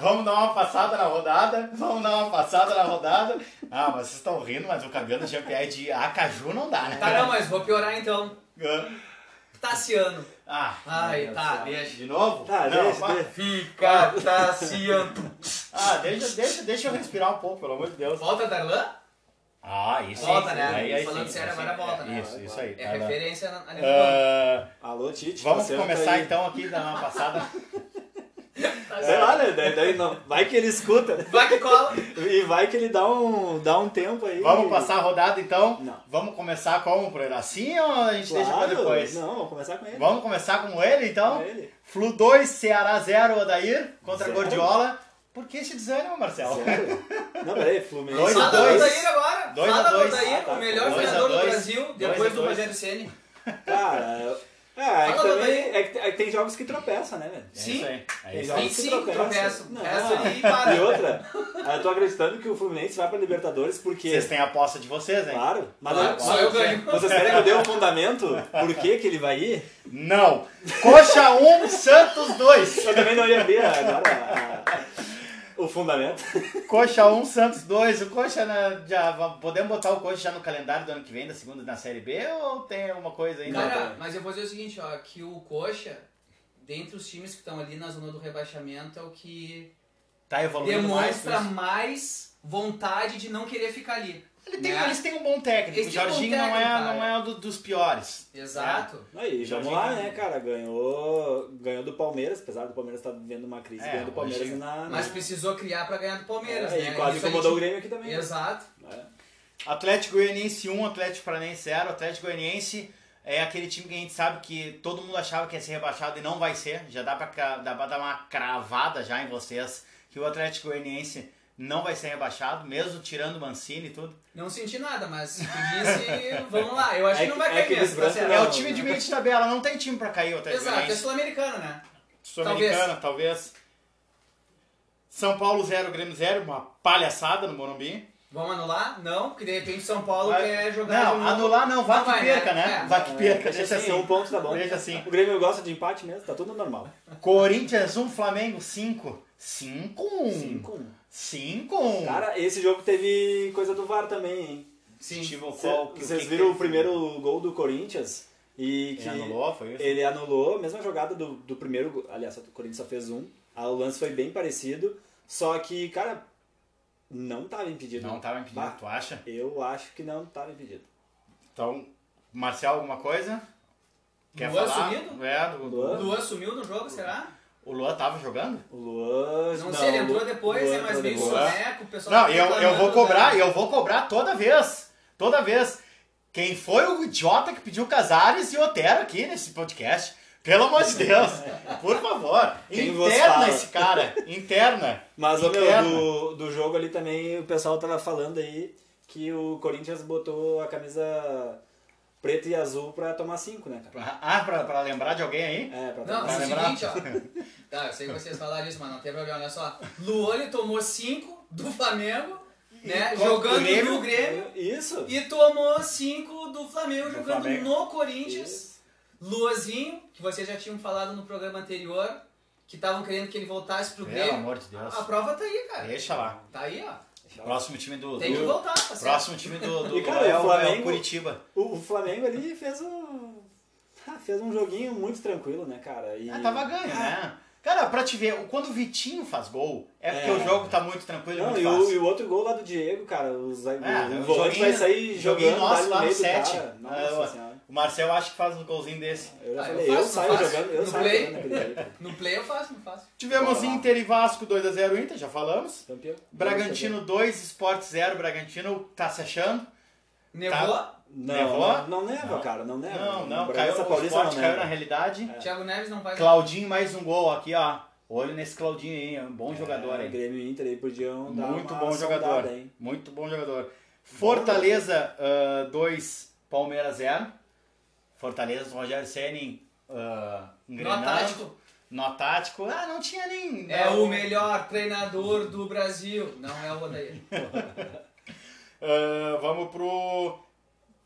Speaker 1: Vamos dar uma passada na rodada. Vamos dar uma passada na rodada. Ah, mas vocês estão rindo, mas o cabelo do Jean-Pierre de Acaju não dá, né?
Speaker 3: Tá, não, mas vou piorar então. Tassiano.
Speaker 1: Ah,
Speaker 3: Ai,
Speaker 2: Meu
Speaker 3: tá,
Speaker 2: céu.
Speaker 3: deixa.
Speaker 1: de novo?
Speaker 2: Tá,
Speaker 1: não,
Speaker 2: deixa,
Speaker 1: pá.
Speaker 2: deixa.
Speaker 3: Fica Tassiano.
Speaker 1: Ah, deixa, deixa, deixa eu respirar um pouco, pelo amor de Deus.
Speaker 3: Volta Darlan?
Speaker 1: Ah, isso
Speaker 3: Volta, né?
Speaker 1: Aí, aí,
Speaker 3: Falando
Speaker 1: sim,
Speaker 3: sério,
Speaker 1: aí,
Speaker 3: agora
Speaker 1: sim.
Speaker 3: volta,
Speaker 1: É,
Speaker 3: né?
Speaker 1: Isso, isso aí. tá,
Speaker 3: É
Speaker 1: tá.
Speaker 3: referência na, na
Speaker 1: Ah,
Speaker 2: Alô, Tite.
Speaker 1: vamos
Speaker 2: você
Speaker 1: começar
Speaker 2: entra aí.
Speaker 1: então aqui da uma passada.
Speaker 2: Sei lá, né? Daí, daí não. Vai que ele escuta.
Speaker 3: Vai que cola.
Speaker 2: E vai que ele dá um, dá um tempo aí.
Speaker 1: Vamos passar a rodada então?
Speaker 2: Não.
Speaker 1: Vamos começar com o assim ou a gente deixa pra
Speaker 2: Claro,
Speaker 1: depois?
Speaker 2: Não, vamos começar com ele.
Speaker 1: Vamos começar com ele então?
Speaker 2: Com ele.
Speaker 1: Flu 2, Ceará 0, Odair contra
Speaker 2: Zero.
Speaker 1: Gordiola. Por que esse desânimo, Marcelo? É
Speaker 2: Zero. tá Não, peraí, Fluminense.
Speaker 1: Dois a
Speaker 3: Fala do
Speaker 1: dois.
Speaker 3: Odair agora.
Speaker 1: Dois a
Speaker 3: Fala do
Speaker 1: dois.
Speaker 2: Ah,
Speaker 3: Odair,
Speaker 2: tá.
Speaker 3: o melhor
Speaker 1: Dois a
Speaker 3: jogador do
Speaker 1: dois.
Speaker 3: Brasil,
Speaker 1: Dois a
Speaker 3: depois do
Speaker 1: dois. É
Speaker 3: Rogério Ceni.
Speaker 1: né?
Speaker 2: Cara, é, é que
Speaker 3: Fala,
Speaker 2: também
Speaker 3: Dodô.
Speaker 2: é que, é que tem jogos que tropeçam, né, velho?
Speaker 1: É
Speaker 3: Sim.
Speaker 1: isso aí. É
Speaker 2: Tem
Speaker 1: isso
Speaker 2: jogos
Speaker 1: aí.
Speaker 2: que
Speaker 3: 25 tropeço.
Speaker 2: Não.
Speaker 3: Essa aí, para.
Speaker 2: E outra, eu tô acreditando que o Fluminense vai pra Libertadores porque.
Speaker 1: Vocês têm a aposta de vocês, hein?
Speaker 2: Claro, mas
Speaker 3: Claro, só eu ganho.
Speaker 2: Vocês querem que eu dê um fundamento? Por que que ele vai ir?
Speaker 1: Não. Coxa 1, Santos 2.
Speaker 2: Eu também não ia abrir agora a- a- o fundamento.
Speaker 1: Coxa 1, Santos 2. O Coxa na- já podemos botar o Coxa já no calendário do ano que vem, da segunda na série B ou tem alguma coisa ainda?
Speaker 2: Não,
Speaker 3: Cara,
Speaker 2: tá.
Speaker 3: mas eu vou dizer o seguinte, ó, que o Coxa, dentre os times que estão ali na zona do rebaixamento, é o que
Speaker 1: Tá evoluindo mais.
Speaker 3: demonstra
Speaker 1: mas-
Speaker 2: né?
Speaker 3: mais vontade de não querer ficar ali.
Speaker 1: Ele tem-
Speaker 3: né?
Speaker 1: Eles têm um bom técnico.
Speaker 3: Eles
Speaker 1: o
Speaker 3: têm um bom
Speaker 1: Jorginho não é,
Speaker 3: técnico,
Speaker 1: não
Speaker 3: cara.
Speaker 1: é um do- dos piores.
Speaker 3: Exato.
Speaker 2: Aí,
Speaker 1: Já
Speaker 2: vamos
Speaker 1: vi.
Speaker 2: lá, né, cara? Ganhou, ganhou do Palmeiras, apesar do Palmeiras estar vivendo uma crise,
Speaker 1: É,
Speaker 2: ganhou do Palmeiras
Speaker 1: hoje-
Speaker 2: na.
Speaker 3: Mas precisou criar pra ganhar do Palmeiras,
Speaker 2: É,
Speaker 3: né?
Speaker 2: E quase
Speaker 3: Isso a
Speaker 2: incomodou o
Speaker 3: gente-
Speaker 2: Grêmio aqui também. né?
Speaker 3: Exato.
Speaker 2: É.
Speaker 1: Atlético Goianiense 1, Atlético Paranaense 0. Atlético Goianiense é aquele time que a gente sabe que todo mundo achava que ia ser rebaixado e não vai ser. Já dá pra, ca- dá pra dar uma cravada já em vocês que o Atlético Goianiense não vai ser rebaixado, mesmo tirando o Mancini e tudo.
Speaker 3: Não senti nada, mas tu disse, vamos lá. Eu acho
Speaker 2: É
Speaker 3: que não vai
Speaker 2: que- é
Speaker 3: cair
Speaker 2: que eles
Speaker 3: mesmo, tá
Speaker 2: brancos
Speaker 3: certo?
Speaker 1: é
Speaker 2: não, né?
Speaker 1: o time de
Speaker 2: não.
Speaker 1: meio de tabela, não tem time pra cair outra
Speaker 3: Exato, é
Speaker 1: vez.
Speaker 3: sul-americano, né?
Speaker 1: Sul-Americana, talvez. São Paulo 0, Grêmio 0, uma palhaçada no Morumbi.
Speaker 3: Vamos anular? Não, porque de repente São Paulo quer jogar de
Speaker 1: não,
Speaker 3: novo.
Speaker 1: anular não, vá
Speaker 3: Não
Speaker 1: que
Speaker 3: vai,
Speaker 1: perca,
Speaker 3: né?
Speaker 1: né?
Speaker 3: É.
Speaker 1: Vá que perca, deixa assim.
Speaker 2: Um ponto tá bom.
Speaker 1: Deixa assim.
Speaker 2: O Grêmio gosta de empate mesmo, tá tudo normal.
Speaker 1: Corinthians 1, Flamengo um. 5. 5
Speaker 2: 5 1
Speaker 1: 5 1
Speaker 2: Cara, esse jogo teve coisa do VAR também, hein?
Speaker 3: Sim.
Speaker 2: Vocês viram o primeiro gol do Corinthians? E que
Speaker 1: é Ele é? anulou, foi isso?
Speaker 2: Ele anulou a mesma jogada do, do primeiro. go- Aliás, o Corinthians só fez um. Ah, O lance foi bem parecido. Só que, cara, não tava impedido.
Speaker 1: Não tá. tava impedido,
Speaker 2: Bah,
Speaker 1: tu acha?
Speaker 2: Eu acho que não tava impedido.
Speaker 1: Então, Marcial, alguma coisa? Quer
Speaker 3: Luan
Speaker 1: falar?
Speaker 3: sumido?
Speaker 1: É, do- do-
Speaker 2: Luan?
Speaker 3: Luan sumiu no jogo, será?
Speaker 1: O Luan tava jogando?
Speaker 2: O Luan.
Speaker 3: Não, sei, ele entrou
Speaker 2: Lu-
Speaker 3: depois,
Speaker 2: Luan
Speaker 3: né? Mas
Speaker 2: entrou
Speaker 3: meio
Speaker 2: depois.
Speaker 1: Luan.
Speaker 3: soneco, o pessoal
Speaker 1: Não,
Speaker 3: tá
Speaker 1: eu, eu vou
Speaker 3: reclamando,
Speaker 1: cobrar,
Speaker 3: né?
Speaker 1: eu vou cobrar toda vez. Toda vez. Quem foi o idiota que pediu Casares e Otero aqui nesse podcast? Pelo amor de Deus, por favor.
Speaker 2: Quem vos
Speaker 1: interna
Speaker 2: fala?
Speaker 1: esse cara, interna.
Speaker 2: Mas, ô,
Speaker 1: Interna.
Speaker 2: meu, do, do jogo ali também, o pessoal tava falando aí que o Corinthians botou a camisa preta e azul pra tomar cinco, né, cara?
Speaker 1: Ah, pra, pra lembrar de alguém aí?
Speaker 2: É, pra
Speaker 3: Não,
Speaker 1: Vai
Speaker 2: tomar
Speaker 3: é o
Speaker 2: cinco.
Speaker 1: lembrar?
Speaker 3: seguinte, ó. Tá, eu sei que vocês falaram isso, mas não tem problema, olha só. Luan ele tomou 5 do Flamengo, né?
Speaker 1: contra o
Speaker 3: Jogando
Speaker 1: Grêmio.
Speaker 3: no Grêmio.
Speaker 2: Isso.
Speaker 3: E tomou 5 do Flamengo
Speaker 1: Do
Speaker 3: jogando
Speaker 1: Flamengo.
Speaker 3: no Corinthians.
Speaker 2: Isso.
Speaker 3: Luazinho, que vocês já tinham falado no programa anterior, que estavam querendo que ele voltasse pro
Speaker 1: Pelo
Speaker 3: Grêmio.
Speaker 1: amor de Deus.
Speaker 3: A prova tá aí, cara.
Speaker 1: Deixa lá.
Speaker 3: Tá aí, ó.
Speaker 1: Próximo time do.
Speaker 3: Tem que
Speaker 1: do-
Speaker 3: voltar, tá certo?
Speaker 1: Próximo time do, do
Speaker 2: E, cara,
Speaker 1: do- é o- é
Speaker 2: o
Speaker 1: o
Speaker 2: Flamengo-
Speaker 1: Curitiba.
Speaker 2: O, o Flamengo ali fez um. ah, Fez um joguinho muito tranquilo, né, cara? E...
Speaker 1: Ah, tava ganho, né? Cara, pra te ver, quando o Vitinho faz gol, é porque
Speaker 2: É.
Speaker 1: o jogo tá muito tranquilo e
Speaker 2: Não,
Speaker 1: muito
Speaker 2: e
Speaker 1: fácil.
Speaker 2: o, e o outro gol lá do Diego, cara, os,
Speaker 1: É,
Speaker 2: o volante vai sair
Speaker 1: joguinho
Speaker 2: jogando
Speaker 1: nosso lá
Speaker 2: ali no
Speaker 1: no
Speaker 2: meio do
Speaker 1: 7.
Speaker 2: cara. Nossa senhora.
Speaker 1: o Marcel acho que faz um golzinho desse.
Speaker 2: Eu já
Speaker 3: Ah, eu
Speaker 2: falei, eu,
Speaker 3: faço,
Speaker 2: saio
Speaker 3: eu faço.
Speaker 2: jogando, eu
Speaker 3: No
Speaker 2: saio
Speaker 3: play.
Speaker 2: jogando naquele jeito.
Speaker 3: No play eu faço, não faço.
Speaker 1: Tivemos
Speaker 2: Bora lá.
Speaker 1: Inter e Vasco 2x0 Inter, já falamos.
Speaker 2: Campeão.
Speaker 1: Bragantino 2, Sport 0. Bragantino tá se achando.
Speaker 3: Nevou,
Speaker 2: Não,
Speaker 1: Nevou?
Speaker 2: não, não neva,
Speaker 1: Não.
Speaker 2: cara, não neva.
Speaker 1: não, não,
Speaker 2: Bragança
Speaker 1: caiu, o
Speaker 2: Paulista
Speaker 1: Sport
Speaker 2: não né?
Speaker 1: caiu
Speaker 2: neva.
Speaker 1: na realidade.
Speaker 3: Thiago Neves não faz
Speaker 1: É. Claudinho mais um gol aqui, ó. Olho nesse Claudinho aí, é um bom jogador
Speaker 2: É,
Speaker 1: aí.
Speaker 2: Grêmio e Inter aí podiam dar
Speaker 1: Muito
Speaker 2: uma
Speaker 1: bom
Speaker 2: sondada,
Speaker 1: jogador.
Speaker 2: hein?
Speaker 1: Muito bom jogador. Fortaleza 2, Palmeiras 0. Fortaleza, o Rogério Senni uh,
Speaker 3: No tático.
Speaker 1: No tático. Ah, não tinha nem.
Speaker 3: É
Speaker 1: não.
Speaker 3: o melhor treinador do Brasil. Não é o Odair.
Speaker 1: Ah, vamos pro.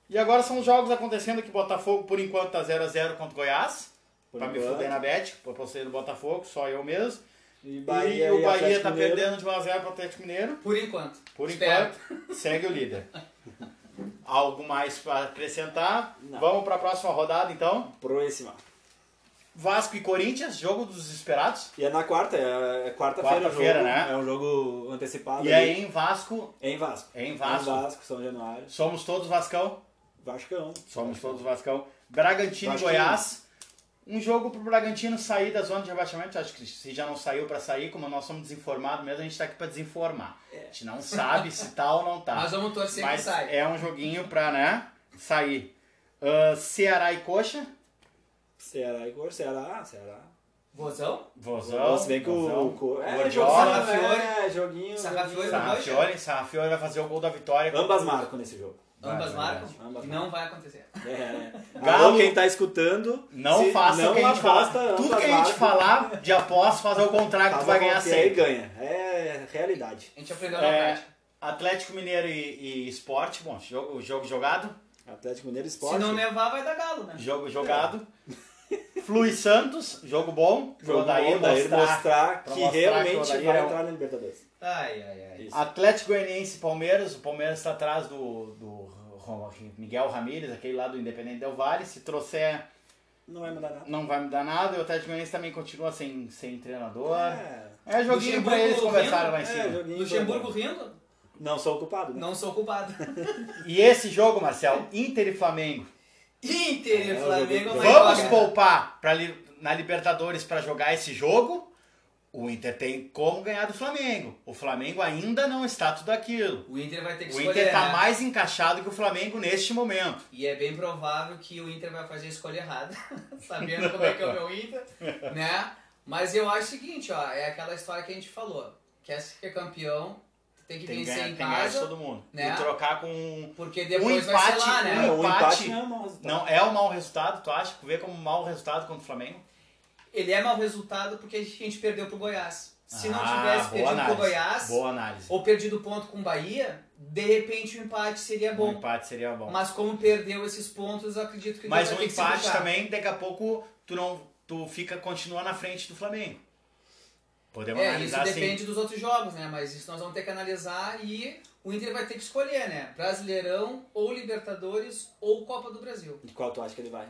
Speaker 1: E agora são os jogos acontecendo que Botafogo, por enquanto, tá 0x0 contra o Goiás.
Speaker 2: Por
Speaker 1: pra me
Speaker 2: enquanto.
Speaker 1: fuder na bet, pra você do Botafogo, só eu mesmo.
Speaker 2: E,
Speaker 1: e o Bahia
Speaker 2: Atlético
Speaker 1: tá
Speaker 2: Mineiro.
Speaker 1: perdendo de 1x0 pro Atlético Mineiro.
Speaker 3: Por enquanto.
Speaker 1: Por
Speaker 3: Espero.
Speaker 1: enquanto, segue o líder. Algo mais pra acrescentar?
Speaker 2: Não.
Speaker 1: Vamos pra próxima rodada, então.
Speaker 2: Próxima.
Speaker 1: Vasco e Corinthians, jogo dos desesperados.
Speaker 2: E é na quarta, é é quarta-feira o jogo.
Speaker 1: Quarta-feira, né?
Speaker 2: É um jogo antecipado.
Speaker 1: E
Speaker 2: ali. É
Speaker 1: aí em Vasco,
Speaker 2: Em Vasco. É
Speaker 1: em Vasco,
Speaker 2: Em Vasco, São Januário.
Speaker 1: somos todos Vascão.
Speaker 2: Vascão.
Speaker 1: Somos todos Vascão. Bragantino e
Speaker 2: Vasquinho.
Speaker 1: Goiás. Um jogo pro Bragantino sair da zona de rebaixamento. Acho que se já não saiu pra sair, como nós somos desinformados mesmo, a gente tá aqui pra desinformar. A gente não sabe se tá ou não tá.
Speaker 3: Nós vamos torcer
Speaker 1: Mas
Speaker 3: que sai.
Speaker 1: é um joguinho pra, né, sair. Ah, Ceará e Coxa.
Speaker 2: Ceará e Cor, Ceará, Ceará.
Speaker 3: Vozão?
Speaker 1: Vozão.
Speaker 2: Nossa, se bem que
Speaker 1: Vozão.
Speaker 2: o Cor. É, jogo
Speaker 1: Gordiola.
Speaker 3: Sarrafiori.
Speaker 2: É, joguinho.
Speaker 3: Sarrafiori.
Speaker 2: joguinho.
Speaker 1: Sarrafiori. Sarrafiori vai fazer o gol da vitória.
Speaker 2: Ambas marcam nesse jogo.
Speaker 3: Ambas
Speaker 1: Vai,
Speaker 3: marcam?
Speaker 2: vai, vai.
Speaker 3: Não vai acontecer.
Speaker 2: É.
Speaker 1: Galo-
Speaker 2: Alô, quem tá escutando.
Speaker 1: Não
Speaker 2: se
Speaker 1: faça
Speaker 2: não
Speaker 1: o que a gente
Speaker 2: aposta,
Speaker 1: falar. Tudo
Speaker 2: ambas
Speaker 1: que a gente
Speaker 2: marcam.
Speaker 1: falar de aposta, faz ao contrário que tu
Speaker 2: Faz
Speaker 1: vai
Speaker 2: a
Speaker 1: ganhar
Speaker 2: conta e aí
Speaker 1: sempre.
Speaker 2: ganha. É realidade.
Speaker 3: A gente aprendeu na
Speaker 1: É,
Speaker 3: prática.
Speaker 1: Atlético Mineiro e, e Sport, bom, jogo, jogo jogado.
Speaker 2: Atlético Mineiro Esporte.
Speaker 3: Se não nevar, vai dar galo, né?
Speaker 1: Jogo jogado. Flui Santos, jogo bom.
Speaker 2: Jogo
Speaker 1: Odair
Speaker 2: bom, Odair
Speaker 1: mostrar.
Speaker 2: mostrar
Speaker 1: pra
Speaker 2: que
Speaker 1: mostrar que o É
Speaker 2: realmente
Speaker 1: Odair
Speaker 2: vai
Speaker 1: é um-
Speaker 2: entrar na Libertadores.
Speaker 3: Ai, ai, ai.
Speaker 2: Isso.
Speaker 1: Atlético Goianiense e Palmeiras. O Palmeiras está atrás do, do Ro- Miguel Ramírez, aquele lá do Independente Del Valle. Se trouxer,
Speaker 2: Não vai mudar nada.
Speaker 1: não vai mudar nada. E o Atlético Goianiense também continua sem, sem treinador. É,
Speaker 2: É,
Speaker 1: joguinho
Speaker 3: Luxemburgo
Speaker 1: pra eles conversarem
Speaker 3: vindo?
Speaker 1: lá em
Speaker 2: é,
Speaker 1: cima.
Speaker 2: joguinho
Speaker 3: Luxemburgo
Speaker 2: bom.
Speaker 3: rindo?
Speaker 2: Não sou ocupado, né?
Speaker 3: Não sou culpado.
Speaker 1: E esse jogo, Marcel, Inter e Flamengo.
Speaker 3: Inter
Speaker 2: É,
Speaker 3: e
Speaker 2: o
Speaker 3: Flamengo
Speaker 2: jogo-
Speaker 3: vai
Speaker 1: Vamos
Speaker 3: embora.
Speaker 1: poupar pra, li- na Libertadores para jogar esse jogo. O Inter tem como ganhar do Flamengo. O Flamengo ainda não está tudo aquilo.
Speaker 3: O Inter vai ter que
Speaker 1: O
Speaker 3: escolher.
Speaker 1: Inter tá
Speaker 3: né?
Speaker 1: mais encaixado que o Flamengo neste momento.
Speaker 3: E é bem provável que o Inter vai fazer a escolha errada, sabendo como é que é o meu Inter, né? Mas eu acho o seguinte, ó, é aquela história que a gente falou. Quer ser é campeão, tem que
Speaker 1: Tem que
Speaker 3: vencer
Speaker 1: ganhar,
Speaker 3: em
Speaker 1: tem que ganhar de
Speaker 3: casa,
Speaker 1: todo mundo.
Speaker 3: né?
Speaker 1: E trocar com.
Speaker 3: porque depois
Speaker 1: Um
Speaker 3: vai ser
Speaker 1: empate,
Speaker 3: lá, né?
Speaker 1: um-
Speaker 2: o empate
Speaker 1: empate-
Speaker 2: não é mau resultado.
Speaker 1: Não, é um mau resultado, tu acha? Tu vê como um mau resultado contra o Flamengo?
Speaker 3: Ele é mau resultado porque a gente perdeu pro Goiás. Se não
Speaker 1: Ah, boa
Speaker 3: tivesse perdido
Speaker 1: análise,
Speaker 3: pro Goiás,
Speaker 1: Boa análise.
Speaker 3: ou perdido ponto com o Bahia, de repente o empate seria
Speaker 1: Um
Speaker 3: é bom.
Speaker 1: empate seria bom.
Speaker 3: Mas como perdeu esses pontos, eu acredito que
Speaker 1: Mas
Speaker 3: vai
Speaker 1: um
Speaker 3: ter que se
Speaker 1: empate
Speaker 3: puxar.
Speaker 1: também, daqui a pouco, tu não. Tu fica, continua na frente do Flamengo. Podemos
Speaker 3: É, isso
Speaker 1: analisar assim.
Speaker 3: depende dos outros jogos, né? Mas isso nós vamos ter que analisar e o Inter vai ter que escolher, né? Brasileirão ou Libertadores ou Copa do Brasil.
Speaker 2: E qual tu acha que ele vai?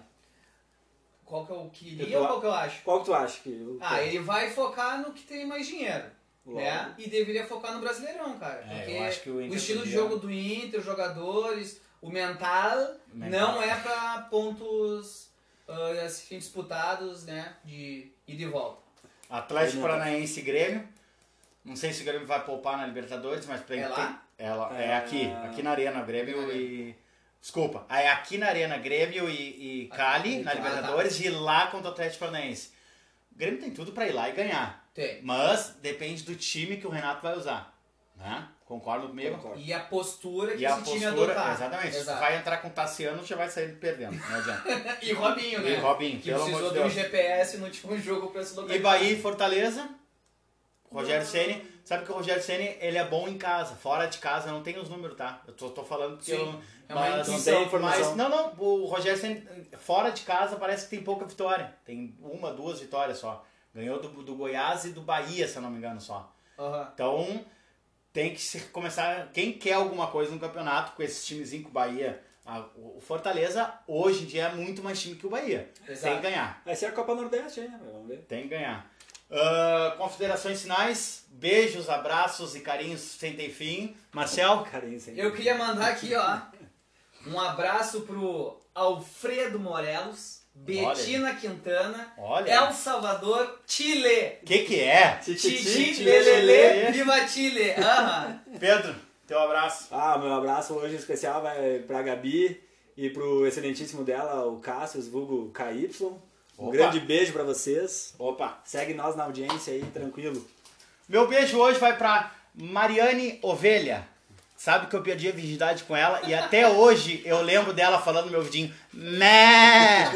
Speaker 3: Qual que eu queria
Speaker 2: Eu tô-
Speaker 3: ou qual que eu acho?
Speaker 2: Qual que tu acha que... o-
Speaker 3: Ah, ele vai focar no que tem mais dinheiro,
Speaker 2: Logo.
Speaker 3: né? E deveria focar no Brasileirão, cara.
Speaker 1: É, eu
Speaker 3: porque
Speaker 1: acho que o Inter
Speaker 3: estilo de
Speaker 1: podia-
Speaker 3: jogo do Inter, os jogadores, o mental,
Speaker 1: Mental.
Speaker 3: não é pra pontos ah, assim, disputados, né? De ida e volta.
Speaker 1: Atlético
Speaker 2: Ele-
Speaker 1: Paranaense e Grêmio. Não sei se o Grêmio vai poupar na Libertadores, mas tem,
Speaker 3: É lá?
Speaker 1: tem- é lá- é
Speaker 2: É-
Speaker 1: aqui, aqui na Arena, Grêmio
Speaker 3: Aqui na
Speaker 1: e. Desculpa, é aqui na Arena, Grêmio e, e Cali,
Speaker 3: e
Speaker 1: na
Speaker 3: Cali. tá.
Speaker 1: Libertadores, e lá contra o Atlético Paranaense. O Grêmio tem tudo pra ir lá e ganhar.
Speaker 3: Tem.
Speaker 1: Mas depende do time que o Renato vai usar. Né? Concordo comigo?
Speaker 2: Concordo.
Speaker 3: E a postura que
Speaker 1: E a
Speaker 3: esse time
Speaker 1: postura,
Speaker 3: adotar.
Speaker 1: exatamente. Se tu
Speaker 3: Exato.
Speaker 1: vai entrar com o Tassiano, já vai sair perdendo. Não adianta.
Speaker 3: E Robinho, né?
Speaker 1: E Robinho,
Speaker 3: que
Speaker 1: pelo
Speaker 3: precisou
Speaker 1: amor de
Speaker 3: de um
Speaker 1: Deus.
Speaker 3: GPS no último jogo pra se localizar.
Speaker 1: E Bahia e Fortaleza. Rogério Ceni, sabe que o Rogério Ceni ele é bom em casa, fora de casa não tem os números, tá? Eu tô, tô falando porque
Speaker 3: Sim,
Speaker 1: eu
Speaker 3: é uma
Speaker 2: intuição,
Speaker 1: não tem,
Speaker 2: informação.
Speaker 1: mas não, não, o Rogério Ceni fora de casa parece que tem pouca vitória, tem uma, duas vitórias só. Ganhou do, do Goiás e do Bahia, se eu não me engano só.
Speaker 3: Aham.
Speaker 1: Então tem que se começar. Quem quer alguma coisa no campeonato com esses timezinhos com o Bahia, a- o Fortaleza hoje em dia é muito mais time que o Bahia. Tem
Speaker 3: Exato.
Speaker 1: que ganhar,
Speaker 2: Vai ser a Copa Nordeste, hein? Vamos ver.
Speaker 1: tem que ganhar. Ah, considerações finais, beijos, abraços e carinhos sem ter fim. Marcel,
Speaker 2: Carência, hein?
Speaker 3: Eu queria mandar aqui, ó, um abraço pro Alfredo Morelos, Betina Quintana,
Speaker 1: olha,
Speaker 3: El Salvador, Chile.
Speaker 1: que que é?
Speaker 2: Tititi,
Speaker 3: Titi,
Speaker 2: tititi.
Speaker 3: Lelele, Viva Chile. Aham.
Speaker 1: Pedro, teu abraço.
Speaker 2: Ah, meu abraço hoje especial vai pra Gabi e pro excelentíssimo dela, o Cassius, vulgo KY. Um
Speaker 1: Opa.
Speaker 2: grande beijo pra vocês.
Speaker 1: Opa.
Speaker 2: Segue nós na audiência aí, tranquilo.
Speaker 1: Meu beijo hoje vai pra Mariane Ovelha. Sabe que eu perdi a virgindade com ela e até hoje eu lembro dela falando no meu vidinho. Mé!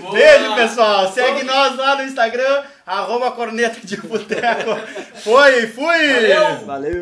Speaker 3: Boa.
Speaker 1: Beijo, pessoal. Segue nós lá no Instagram, arroba corneta de boteco. Foi, fui!
Speaker 3: Valeu!
Speaker 2: Valeu!